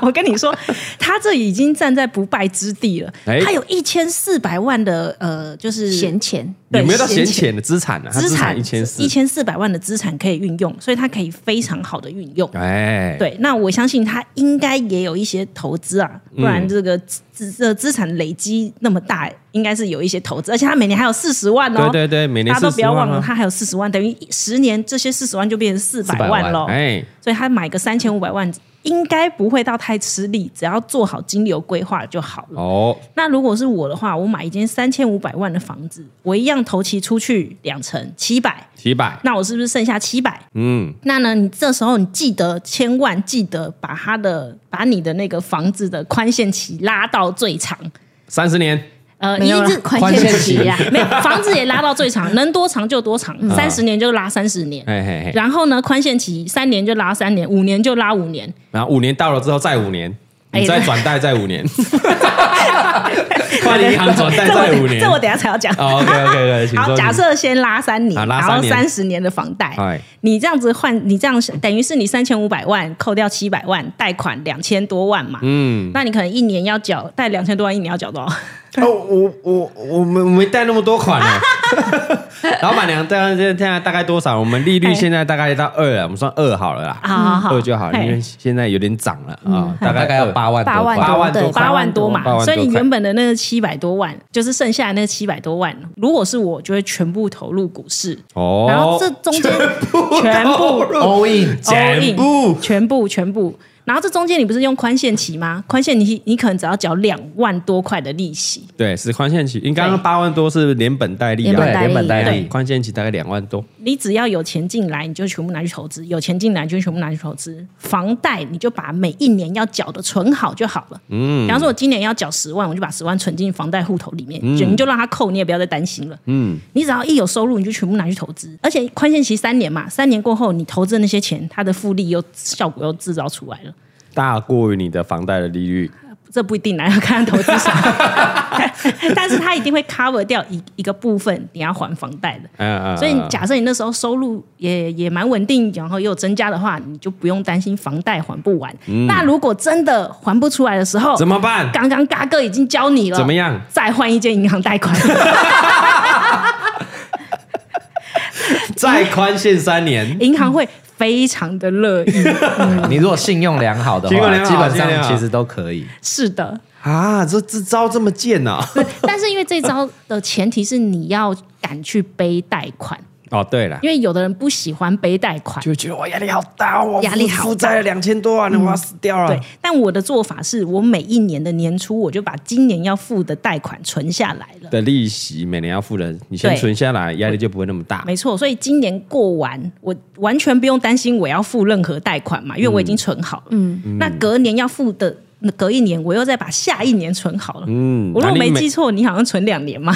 [SPEAKER 3] 我跟你说，他这已经站在不败之地了，
[SPEAKER 2] 哎
[SPEAKER 3] 他有一千四百万的呃，就是
[SPEAKER 6] 闲钱，
[SPEAKER 3] 对
[SPEAKER 2] 有没有到闲
[SPEAKER 3] 闲
[SPEAKER 2] 钱的资产啊呢？他
[SPEAKER 3] 资产
[SPEAKER 2] 一千四
[SPEAKER 3] 一，千四百万的资产可以运用，所以他可以非常好的运用。
[SPEAKER 2] 哎，
[SPEAKER 3] 对，那我相信他应该也有一些投资啊，
[SPEAKER 2] 嗯
[SPEAKER 3] 不然这个资资资产累积那么大，应该是有一些投资，而且他每年还有四十万哦。
[SPEAKER 2] 对对对每年
[SPEAKER 3] 大家都不要
[SPEAKER 2] 40万
[SPEAKER 3] 忘
[SPEAKER 2] 啊
[SPEAKER 3] 了，他还有四十万，等于十年这些四十万就变成四百万喽。
[SPEAKER 2] 哎，
[SPEAKER 3] 所以他买个三千五百万，应该不会到太吃力，只要做好金流规划就好了。
[SPEAKER 2] 哦，
[SPEAKER 3] 那如果是我的话，我买一间三千五百万的房子，我一样投期出去两成七百，
[SPEAKER 2] 几百，
[SPEAKER 3] 那我是不是剩下七百？
[SPEAKER 2] 嗯，
[SPEAKER 3] 那呢，你这时候你记得千万记得把它的把你的那个房子的宽限期拉到最长，
[SPEAKER 2] 三十年，
[SPEAKER 3] 呃，
[SPEAKER 6] 没
[SPEAKER 3] 一
[SPEAKER 6] 有啦
[SPEAKER 3] 直
[SPEAKER 6] 宽
[SPEAKER 5] 宽
[SPEAKER 6] 限
[SPEAKER 5] 限
[SPEAKER 6] 期啊
[SPEAKER 5] 期
[SPEAKER 6] 呀，
[SPEAKER 3] 没有房子也拉到最长，能多长就多 长，
[SPEAKER 2] 啊
[SPEAKER 3] 三十年就拉三十年。
[SPEAKER 2] 嘿哎嘿嘿，
[SPEAKER 3] 然后呢，宽限期三年就拉三年，五年就拉五年，
[SPEAKER 2] 然后五年到了之后再五年，
[SPEAKER 3] 哎
[SPEAKER 2] 你再
[SPEAKER 3] 对
[SPEAKER 2] 转贷再五 年，跨银行转贷
[SPEAKER 3] 这我
[SPEAKER 2] 哎再
[SPEAKER 3] 等
[SPEAKER 2] 五年
[SPEAKER 3] 这，我等一下才要讲。
[SPEAKER 2] 哦，OK OK OK，请
[SPEAKER 3] 好，
[SPEAKER 2] 说
[SPEAKER 3] 假设先拉三
[SPEAKER 2] 啊
[SPEAKER 3] 年，
[SPEAKER 2] 拉
[SPEAKER 3] 然
[SPEAKER 2] 三
[SPEAKER 3] 后
[SPEAKER 2] 年
[SPEAKER 3] 三十年的房贷
[SPEAKER 2] 哎，
[SPEAKER 3] 你这样子换，你这样等于是你三千五百万扣掉七百万，贷款两千多万嘛，嗯，那你可能一年要缴
[SPEAKER 2] 嗯
[SPEAKER 3] 贷啊 两千多万，一年要缴多少？
[SPEAKER 2] 哦，我我我没我没贷那么多款呢，老板娘大概现在大概多少？我们利率现在大概到二了，我们算二好了啦，
[SPEAKER 3] 哎好好好
[SPEAKER 2] 二就好了，
[SPEAKER 3] 嘿嗯
[SPEAKER 2] 因为现在有点涨了啊，大
[SPEAKER 5] 大
[SPEAKER 2] 概
[SPEAKER 5] 概要
[SPEAKER 2] 要
[SPEAKER 5] 八万多
[SPEAKER 6] 八万
[SPEAKER 5] 块
[SPEAKER 2] 八万多
[SPEAKER 6] 对
[SPEAKER 2] 块
[SPEAKER 3] 八万多
[SPEAKER 2] 八万多
[SPEAKER 3] 嘛，所以你
[SPEAKER 2] 块
[SPEAKER 3] 原本的那个七百多万，就是剩下的那七百多万，如果是我，就会全部投入股市。
[SPEAKER 2] 哦
[SPEAKER 3] 然后这中间 全部
[SPEAKER 5] all in，
[SPEAKER 3] all
[SPEAKER 2] 全
[SPEAKER 3] in，
[SPEAKER 2] 部
[SPEAKER 3] 全部全部，然后这中间你不是用宽限期吗？宽限你你可能只要缴两万多块的利息，
[SPEAKER 2] 对是宽限期，你刚刚八万多是连本带利
[SPEAKER 6] 连
[SPEAKER 5] 对，
[SPEAKER 6] 本
[SPEAKER 2] 啊，
[SPEAKER 5] 连本带
[SPEAKER 6] 对
[SPEAKER 5] 利，
[SPEAKER 2] 宽限期大概两万多，
[SPEAKER 3] 你只要有钱进来，你就全部拿去投资；有钱进来就全部拿去投资。房贷你就把每一年要缴的存好就好了。嗯，比方说我今年要缴十万，我就把十万存进房贷户头里面，就你就让它扣，你也不要再担心了。嗯，你只要一有收入，你就全部拿去投资，而且宽限期三年嘛，三年过后你投资的那些钱，它的复利又效果又制造出来了。
[SPEAKER 2] 大过于你的房贷的利率。
[SPEAKER 3] 这不一定啦，要看投资啥， 但是它一定会 cover 掉一一个部分你要还房贷的。
[SPEAKER 2] 嗯嗯，
[SPEAKER 3] 所以
[SPEAKER 2] 嗯
[SPEAKER 3] 假设你那时候收入也也蛮稳定，然后又有增加的话，你就不用担心房贷还不完。那如果真的还不出来的时候，
[SPEAKER 2] 嗯怎么办？
[SPEAKER 3] 刚刚嘎哥已经教你了，
[SPEAKER 2] 怎么样？
[SPEAKER 3] 再换一间银行贷 款，
[SPEAKER 2] 再宽限三 年，
[SPEAKER 3] 银行会非常的乐意。
[SPEAKER 5] 你如果信用良好的
[SPEAKER 2] 信用
[SPEAKER 5] 话，
[SPEAKER 2] 良好
[SPEAKER 5] 基本
[SPEAKER 2] 信用良
[SPEAKER 5] 上
[SPEAKER 2] 好
[SPEAKER 5] 其实都可以。
[SPEAKER 3] 是的，
[SPEAKER 2] 啊，这这招这么贱啊呐、
[SPEAKER 3] 但是因为这招的前提是你要敢去背贷款，
[SPEAKER 2] 哦，对了，
[SPEAKER 3] 因为有的人不喜欢背贷款，
[SPEAKER 2] 就觉得我压力好大，我
[SPEAKER 3] 压力 好大
[SPEAKER 2] 负债了两千多万了，我要死掉了。
[SPEAKER 3] 对，但我的做法是我每一年的年初我就把今年要付的贷款存下来了。
[SPEAKER 2] 的利息每年要付的，你先
[SPEAKER 3] 对
[SPEAKER 2] 存下来，压力就不会那么大。
[SPEAKER 3] 没错，所以今年过完，我完全不用担心我要付任何贷款嘛，因为我已经存好了。嗯，那隔年要付的，那隔一年我又再把下一年存好了。
[SPEAKER 2] 嗯
[SPEAKER 3] 我如果
[SPEAKER 2] 那你
[SPEAKER 3] 没
[SPEAKER 2] 每
[SPEAKER 3] 记错，你好像存两年嘛。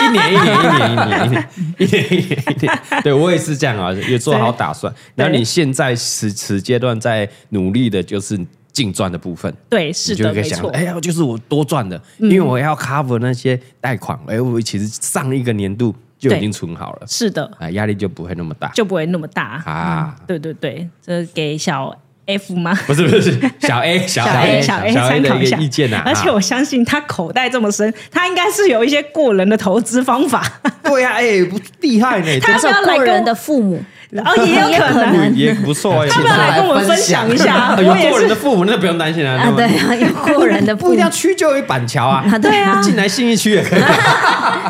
[SPEAKER 2] 一年一年一年一年一年一年一年一 年，对我也是这样啊，也做好打算。然后你现在此此阶段在努力的就是净赚的部分，
[SPEAKER 3] 对，是
[SPEAKER 2] 你就
[SPEAKER 3] 的，
[SPEAKER 2] 可
[SPEAKER 3] 没
[SPEAKER 2] 以想，
[SPEAKER 3] 错。嗯
[SPEAKER 2] 哎呀，就是我多赚的，因为我要 cover 那些贷款，哎，我其实上一个年度就已经存好了，
[SPEAKER 3] 是的，
[SPEAKER 2] 啊，压力就不会那么大
[SPEAKER 3] 就不会那么大。
[SPEAKER 2] 啊。
[SPEAKER 3] 对对对，这给小 F 吗？
[SPEAKER 2] 不是不是，小 A 小 A
[SPEAKER 3] 小 A
[SPEAKER 2] 小 A
[SPEAKER 3] 参
[SPEAKER 2] 的
[SPEAKER 3] 考一
[SPEAKER 2] 一个
[SPEAKER 3] 下
[SPEAKER 2] 意见呐。啊
[SPEAKER 3] 而且我相信他口袋这么深，他应该是有一些过人的投资方法，
[SPEAKER 2] 对呀，哎，不厉害呢，
[SPEAKER 3] 他要不
[SPEAKER 6] 是
[SPEAKER 3] 要来
[SPEAKER 6] 过
[SPEAKER 3] 跟
[SPEAKER 6] 人
[SPEAKER 3] 我
[SPEAKER 6] 的父母，
[SPEAKER 3] 哦， 也有可能。
[SPEAKER 2] 这也不错啊，
[SPEAKER 3] 要不要来跟我们分享一下？
[SPEAKER 2] 啊
[SPEAKER 3] 我
[SPEAKER 2] 有
[SPEAKER 3] 也
[SPEAKER 2] 做人的
[SPEAKER 3] 是
[SPEAKER 2] 父母那不用担心啊，
[SPEAKER 6] 啊，
[SPEAKER 2] 那么
[SPEAKER 6] 对啊，有过人的
[SPEAKER 2] 不
[SPEAKER 6] 父
[SPEAKER 2] 一定
[SPEAKER 6] 母
[SPEAKER 2] 要，屈就于板桥啊，
[SPEAKER 6] 啊，对啊，
[SPEAKER 2] 进来信义区也 可以，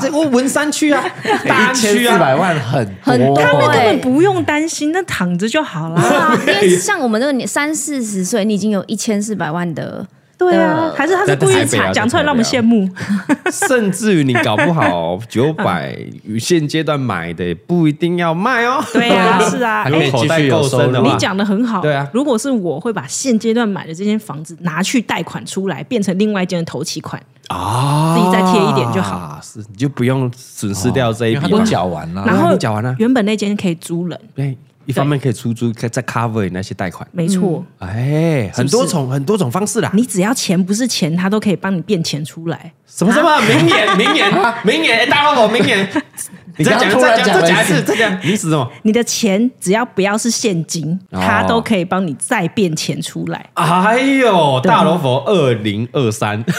[SPEAKER 2] 这我文山区啊，大安
[SPEAKER 5] 哎一千
[SPEAKER 2] 区
[SPEAKER 5] 四
[SPEAKER 2] 啊，
[SPEAKER 5] 百万很
[SPEAKER 6] 很
[SPEAKER 5] 多哎
[SPEAKER 6] 多哎
[SPEAKER 3] 他们
[SPEAKER 6] 对
[SPEAKER 3] 根本不用担心，那躺着就好
[SPEAKER 6] 对
[SPEAKER 3] 啦。
[SPEAKER 6] 啊，因为像我们这个年三四十岁，你已经有一千四百万的，
[SPEAKER 3] 对啊，还是他是故
[SPEAKER 2] 在
[SPEAKER 3] 意
[SPEAKER 2] 台北啊
[SPEAKER 3] 讲讲出来
[SPEAKER 2] 在台北啊
[SPEAKER 3] 让我们羡慕。
[SPEAKER 2] 甚至于你搞不好九百与现阶段买的也不一定要卖哦，
[SPEAKER 3] 对 啊，是啊，
[SPEAKER 5] 还
[SPEAKER 3] 哎
[SPEAKER 5] 可以
[SPEAKER 2] 哎口
[SPEAKER 5] 继
[SPEAKER 2] 袋
[SPEAKER 5] 续有
[SPEAKER 2] 够
[SPEAKER 5] 收
[SPEAKER 2] 深的
[SPEAKER 5] 入
[SPEAKER 2] 话
[SPEAKER 3] 你讲的很好。
[SPEAKER 2] 对啊
[SPEAKER 3] 如果是我会把现阶段买的这间房子拿去贷款出来，变成另外一间的头期款，
[SPEAKER 2] 啊
[SPEAKER 3] 自己再贴一点就好，
[SPEAKER 2] 是你就不用损失掉这一
[SPEAKER 5] 因为他
[SPEAKER 2] 笔
[SPEAKER 5] 都
[SPEAKER 2] 嘛。
[SPEAKER 5] 缴完了，
[SPEAKER 3] 然
[SPEAKER 2] 啊
[SPEAKER 3] 后
[SPEAKER 2] 你讲完了
[SPEAKER 3] 原本那间可以租人，
[SPEAKER 2] 对，一方面可以出租，可以再 cover 你那些贷款，
[SPEAKER 3] 没错。
[SPEAKER 2] 哎，很多种很多种方式啦。
[SPEAKER 3] 你只要钱不是钱，他都可以帮你变钱出来。
[SPEAKER 2] 什么什
[SPEAKER 6] 啊
[SPEAKER 2] 么名 言名言名言，哎大老婆名言， 你再
[SPEAKER 5] 刚
[SPEAKER 2] 讲
[SPEAKER 5] 突
[SPEAKER 2] 再
[SPEAKER 5] 然
[SPEAKER 2] 讲再讲一
[SPEAKER 5] 讲了一
[SPEAKER 2] 次，
[SPEAKER 5] 次
[SPEAKER 2] 再讲，你死什么？
[SPEAKER 3] 你的钱只要不要是现金，
[SPEAKER 2] 哦
[SPEAKER 3] 他都可以帮你再变钱出来。
[SPEAKER 2] 哎呦，大罗佛二零二 三，这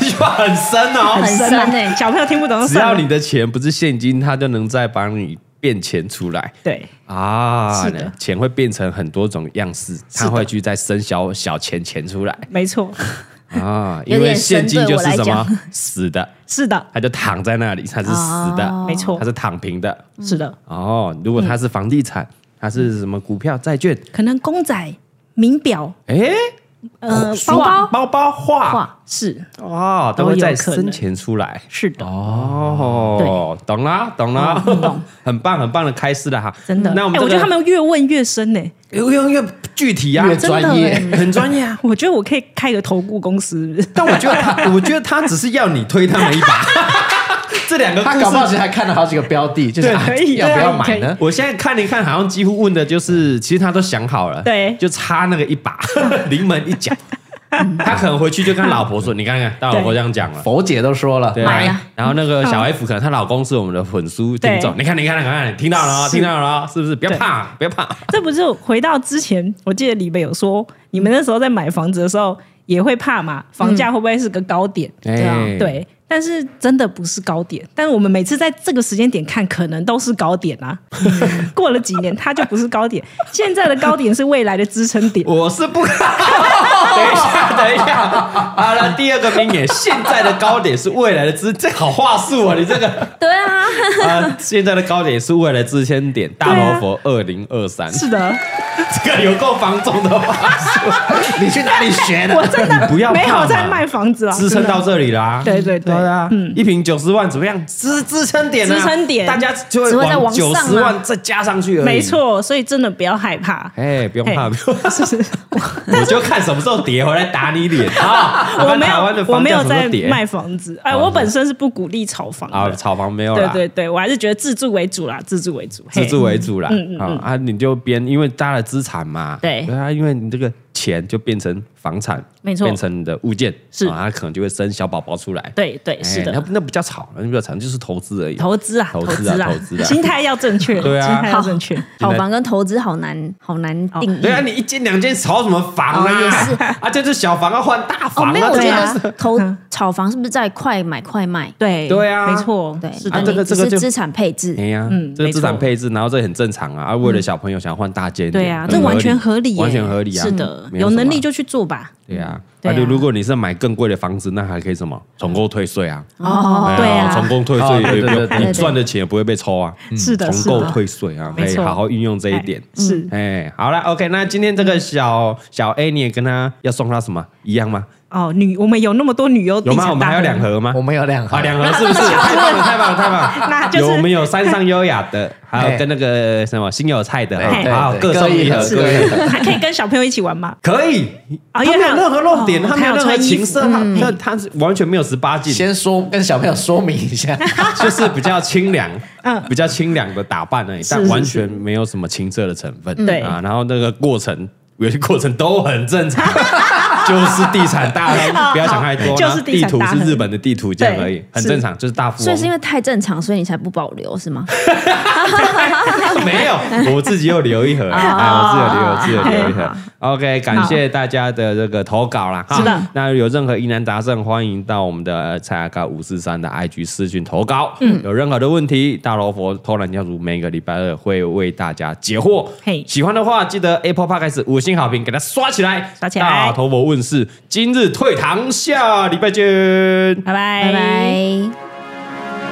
[SPEAKER 2] 句话很深哦。
[SPEAKER 6] 很
[SPEAKER 3] 啊
[SPEAKER 6] 深 哎、
[SPEAKER 3] 小朋友听不懂就
[SPEAKER 2] 只
[SPEAKER 3] 算了，
[SPEAKER 2] 要你的钱不是现金，它就能再帮你变钱出来
[SPEAKER 3] 对。
[SPEAKER 2] 啊！
[SPEAKER 3] 是的
[SPEAKER 2] 钱会变成很多种样式，它会去再生小小钱钱出来
[SPEAKER 3] 没错，
[SPEAKER 2] 啊！
[SPEAKER 6] 有
[SPEAKER 2] 因为
[SPEAKER 6] 点深
[SPEAKER 2] 现金
[SPEAKER 6] 对
[SPEAKER 2] 就
[SPEAKER 6] 我
[SPEAKER 2] 是
[SPEAKER 6] 来
[SPEAKER 2] 什么
[SPEAKER 6] 讲
[SPEAKER 2] 死的，
[SPEAKER 3] 是的，
[SPEAKER 2] 它就躺在那里，它是死
[SPEAKER 5] 哦
[SPEAKER 2] 的，
[SPEAKER 3] 没错
[SPEAKER 2] 它，是躺平的。
[SPEAKER 6] 嗯
[SPEAKER 3] 是的，
[SPEAKER 2] 哦，如果它是房地产，它是什么股票、债券？
[SPEAKER 3] 可能公仔、名表、
[SPEAKER 2] 哎，
[SPEAKER 3] 呃
[SPEAKER 2] 书
[SPEAKER 3] 包包
[SPEAKER 2] 包包、画
[SPEAKER 6] 哇，
[SPEAKER 3] 是
[SPEAKER 2] 哦，都
[SPEAKER 3] 都
[SPEAKER 2] 会
[SPEAKER 3] 有
[SPEAKER 2] 再
[SPEAKER 3] 可
[SPEAKER 2] 生
[SPEAKER 3] 能
[SPEAKER 2] 钱出来。
[SPEAKER 3] 是的，
[SPEAKER 2] 哦，懂啦，懂啦， 很棒，很棒的开始了哈！
[SPEAKER 3] 哦真的。
[SPEAKER 2] 那我们
[SPEAKER 3] 哎
[SPEAKER 2] 这
[SPEAKER 3] 我
[SPEAKER 2] 个
[SPEAKER 3] 觉得他们越问越深欸呢。
[SPEAKER 2] 越越越具体啊，
[SPEAKER 5] 越
[SPEAKER 2] 真
[SPEAKER 5] 专业。
[SPEAKER 2] 的很专业 啊。
[SPEAKER 3] 我觉得我可以开个投顾公司，
[SPEAKER 2] 但我觉得他，我觉得他只是要你推他们一把。这两个
[SPEAKER 5] 他搞不好
[SPEAKER 2] 故
[SPEAKER 5] 其
[SPEAKER 2] 事
[SPEAKER 5] 实，还看了好几个标的，就是
[SPEAKER 2] 对
[SPEAKER 5] 啊
[SPEAKER 2] 可以
[SPEAKER 5] 要不要买呢？
[SPEAKER 2] 我现在看了一看，好像几乎问的就是，其实他都想好了，
[SPEAKER 3] 对
[SPEAKER 2] 就差那个一把 临门一 脚。他可能回去就跟老婆说：“你看看，大老婆这样讲了。”
[SPEAKER 5] 佛姐都说了，
[SPEAKER 2] 对
[SPEAKER 5] 买
[SPEAKER 2] 啊，然后那个小 F 可能她老公是我们的混书听众，
[SPEAKER 3] 对
[SPEAKER 2] 你看，你看，你看，听到了哦，
[SPEAKER 3] 是
[SPEAKER 2] 听到了哦，是不是？不要
[SPEAKER 3] 对
[SPEAKER 2] 怕，不要怕。
[SPEAKER 3] 这不是回到之前，我记得李北有说，你们那时候在买房子的时候也会怕嘛，房价会不会是个高点？
[SPEAKER 2] 嗯哎
[SPEAKER 3] 对，但是真的不是高点，但我们每次在这个时间点看，可能都是高点啊。 过了几年，它就不是高点，现在的高点是未来的支撑点。
[SPEAKER 2] 我是不等 一下，等一下，好了，第二个名言，现在的高点是未来的支，这好话术啊！你这个
[SPEAKER 6] 对啊，
[SPEAKER 2] 啊，现在的高点是未来支撑点，大罗佛二零二三，
[SPEAKER 3] 是的，
[SPEAKER 2] 这个有够防重的话术，
[SPEAKER 5] 你去哪里学的？
[SPEAKER 3] 我真的
[SPEAKER 2] 不要怕
[SPEAKER 3] 没有在
[SPEAKER 2] 嘛
[SPEAKER 3] 卖房子啊，
[SPEAKER 2] 支撑
[SPEAKER 3] 真的
[SPEAKER 2] 到这里啦。
[SPEAKER 3] 对对对
[SPEAKER 2] 啊，
[SPEAKER 3] 嗯
[SPEAKER 2] 一瓶九十万怎么样？支支撑点啊，
[SPEAKER 3] 支撑点
[SPEAKER 2] 大家就
[SPEAKER 6] 只
[SPEAKER 2] 会
[SPEAKER 6] 会再
[SPEAKER 2] 往
[SPEAKER 6] 往
[SPEAKER 2] 九
[SPEAKER 6] 上啊
[SPEAKER 2] 十万再加上去而已。
[SPEAKER 3] 没。错，所以真的不要害怕。
[SPEAKER 2] 哎，不用怕，
[SPEAKER 3] 嘿
[SPEAKER 2] 不用怕，
[SPEAKER 3] 是是，
[SPEAKER 2] 我就看什么时候跌回来打你 脸啊！
[SPEAKER 3] 我
[SPEAKER 2] 看
[SPEAKER 3] 没
[SPEAKER 2] 台湾的
[SPEAKER 3] 有，我
[SPEAKER 2] 房
[SPEAKER 3] 没
[SPEAKER 2] 价
[SPEAKER 3] 有
[SPEAKER 2] 什么时
[SPEAKER 3] 在
[SPEAKER 2] 候跌
[SPEAKER 3] 卖房子。哎，
[SPEAKER 2] 哦
[SPEAKER 3] 我本身是不鼓励炒房
[SPEAKER 2] 啊，
[SPEAKER 3] 的。
[SPEAKER 2] 炒房没有
[SPEAKER 3] 对
[SPEAKER 2] 啦，
[SPEAKER 3] 对对，我还是觉得自住为主啦，自住为主，嘿
[SPEAKER 2] 自住为主啦
[SPEAKER 3] 嗯嗯，
[SPEAKER 2] 啊啊，你就编，因为大家的资产嘛，
[SPEAKER 3] 对
[SPEAKER 2] 啊，因为你这个钱就变成房产，
[SPEAKER 3] 没错
[SPEAKER 2] 变成你的物件，
[SPEAKER 3] 是
[SPEAKER 2] 啊，它可能就会生小宝宝出来，
[SPEAKER 3] 对对
[SPEAKER 2] 哎，
[SPEAKER 3] 是
[SPEAKER 2] 那
[SPEAKER 3] 的，
[SPEAKER 2] 那不叫炒，那不叫炒，就是投资而已，
[SPEAKER 3] 投资啊，
[SPEAKER 2] 投资
[SPEAKER 3] 资
[SPEAKER 2] 啊
[SPEAKER 3] 啊
[SPEAKER 2] 投资啊，
[SPEAKER 3] 心态要正确，
[SPEAKER 2] 对啊
[SPEAKER 3] 心态要正确。
[SPEAKER 6] 炒房跟投资好难好难
[SPEAKER 3] 哦
[SPEAKER 6] 定义
[SPEAKER 2] 对。啊，你一间两间炒什么房啊？
[SPEAKER 6] 哦也是
[SPEAKER 2] 啊，这是小房要换大
[SPEAKER 6] 哦，
[SPEAKER 2] 房
[SPEAKER 6] 没有，
[SPEAKER 2] 啊，
[SPEAKER 6] 我
[SPEAKER 2] 这
[SPEAKER 6] 觉
[SPEAKER 2] 个
[SPEAKER 6] 得投
[SPEAKER 3] 嗯
[SPEAKER 6] 炒房是不是在快买快卖？
[SPEAKER 3] 对
[SPEAKER 2] 对啊
[SPEAKER 3] 没错，
[SPEAKER 6] 对，
[SPEAKER 3] 哦是
[SPEAKER 2] 啊
[SPEAKER 6] 那
[SPEAKER 2] 这
[SPEAKER 3] 的，
[SPEAKER 2] 个
[SPEAKER 6] 你
[SPEAKER 2] 这
[SPEAKER 6] 只
[SPEAKER 2] 个就是
[SPEAKER 6] 资产配置
[SPEAKER 2] 哎。呀
[SPEAKER 3] 嗯，
[SPEAKER 2] 这个资产
[SPEAKER 3] 没错
[SPEAKER 2] 配置，然后这很正常啊，啊，为了小朋友想换大间一点，
[SPEAKER 3] 对啊，
[SPEAKER 2] 很
[SPEAKER 3] 这完全合理耶，
[SPEAKER 2] 完全合理啊，
[SPEAKER 3] 是的，
[SPEAKER 2] 没
[SPEAKER 3] 有
[SPEAKER 2] 什么
[SPEAKER 3] 能力就去做吧。
[SPEAKER 2] 对啊。
[SPEAKER 3] 对
[SPEAKER 2] 而
[SPEAKER 3] 啊
[SPEAKER 2] 且如果你是买更贵的房子，那还可以什么重购退税啊？
[SPEAKER 3] 哦
[SPEAKER 2] 哎
[SPEAKER 3] 对
[SPEAKER 2] 呀
[SPEAKER 3] 啊
[SPEAKER 2] 重购退税
[SPEAKER 5] 哦
[SPEAKER 2] 也
[SPEAKER 5] 对
[SPEAKER 2] 不
[SPEAKER 5] 对对对
[SPEAKER 2] 用，
[SPEAKER 5] 对
[SPEAKER 2] 你赚的钱也不会被抽啊。
[SPEAKER 3] 是的，
[SPEAKER 2] 重
[SPEAKER 3] 是
[SPEAKER 2] 购
[SPEAKER 3] 的，
[SPEAKER 2] 退税啊，
[SPEAKER 3] 没
[SPEAKER 2] 可以
[SPEAKER 3] 错
[SPEAKER 2] 好好运用这一点。
[SPEAKER 3] 是
[SPEAKER 2] 哎，好了，OK，那今天这个小小 A，你也跟他要送他什么一样吗？
[SPEAKER 3] 哦，女，我们有那么多女优，
[SPEAKER 2] 有
[SPEAKER 3] 地
[SPEAKER 2] 吗？
[SPEAKER 3] 产
[SPEAKER 2] 我们还有
[SPEAKER 3] 大亨
[SPEAKER 2] 两，盒吗
[SPEAKER 5] 我？们有两 行
[SPEAKER 2] 啊，两盒是不是？ 太棒了，太棒了，太棒了！
[SPEAKER 3] 那就是
[SPEAKER 2] 有我们有山上优雅 的，还有
[SPEAKER 5] 哎
[SPEAKER 2] 跟那个什么新有菜的
[SPEAKER 5] 对，对
[SPEAKER 2] 好，
[SPEAKER 5] 对
[SPEAKER 2] 各送一盒，
[SPEAKER 5] 各一盒
[SPEAKER 2] 各一盒。
[SPEAKER 3] 还可以跟小朋友一起玩嘛？
[SPEAKER 2] 可以，他
[SPEAKER 3] 啊
[SPEAKER 2] 没有
[SPEAKER 3] 因为他有
[SPEAKER 2] 任何弱点，
[SPEAKER 3] 哦
[SPEAKER 2] 他没有
[SPEAKER 3] 他
[SPEAKER 2] 任
[SPEAKER 3] 有
[SPEAKER 2] 何
[SPEAKER 3] 穿衣服嗯
[SPEAKER 2] 情色，他那他是完全没有十八禁，
[SPEAKER 5] 先说跟小朋友说明一下，
[SPEAKER 2] 就是比较清凉，
[SPEAKER 3] 嗯
[SPEAKER 2] 比较清凉的打扮而已，但
[SPEAKER 3] 是嗯
[SPEAKER 2] 完全没有什么情色的成分。
[SPEAKER 3] 对
[SPEAKER 2] 啊，然后那个过程，有些过程都很正 常， 就是地产大亨，不要想太多，
[SPEAKER 3] 哦就是
[SPEAKER 2] 然后
[SPEAKER 3] 地
[SPEAKER 2] 地
[SPEAKER 3] 产
[SPEAKER 2] 图
[SPEAKER 3] 大
[SPEAKER 2] 是
[SPEAKER 3] 亨
[SPEAKER 2] 日本的地图这样而已
[SPEAKER 3] 对，
[SPEAKER 2] 很正常，就是大富
[SPEAKER 6] 所以是因
[SPEAKER 2] 翁。
[SPEAKER 6] 为太正常，所以你才不保留是吗？
[SPEAKER 2] 没有，我自己又留一
[SPEAKER 3] 哦
[SPEAKER 2] 盒，哎，我自己有留，我自己有留一盒。OK，感谢大家的这个投稿啦。哈
[SPEAKER 3] 是的
[SPEAKER 2] 那有任何疑难杂症，欢迎到我们的呃蔡阿嘎五四三的 IG 私讯投稿。嗯，有任何的问题，大罗佛偷懒家族每个礼拜二会为大家解惑。
[SPEAKER 3] 嘿
[SPEAKER 2] 喜欢的话记得 Apple Podcast 五星好评给它刷起来，
[SPEAKER 3] 刷起来
[SPEAKER 2] 大头佛问世，今日退堂，下礼拜见。
[SPEAKER 3] 拜拜
[SPEAKER 6] 拜拜。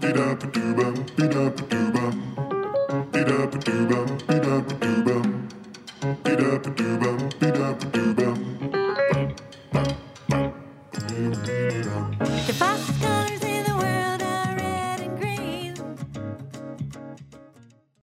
[SPEAKER 7] Ba-da-ba-doo-bum, ba-da-ba-doo-bum. Ba-da-ba-doo-bum, ba-da-ba-doo-bum. Ba-da-ba-doo-bum, ba-da-ba-doo-bum.
[SPEAKER 8] The bus goes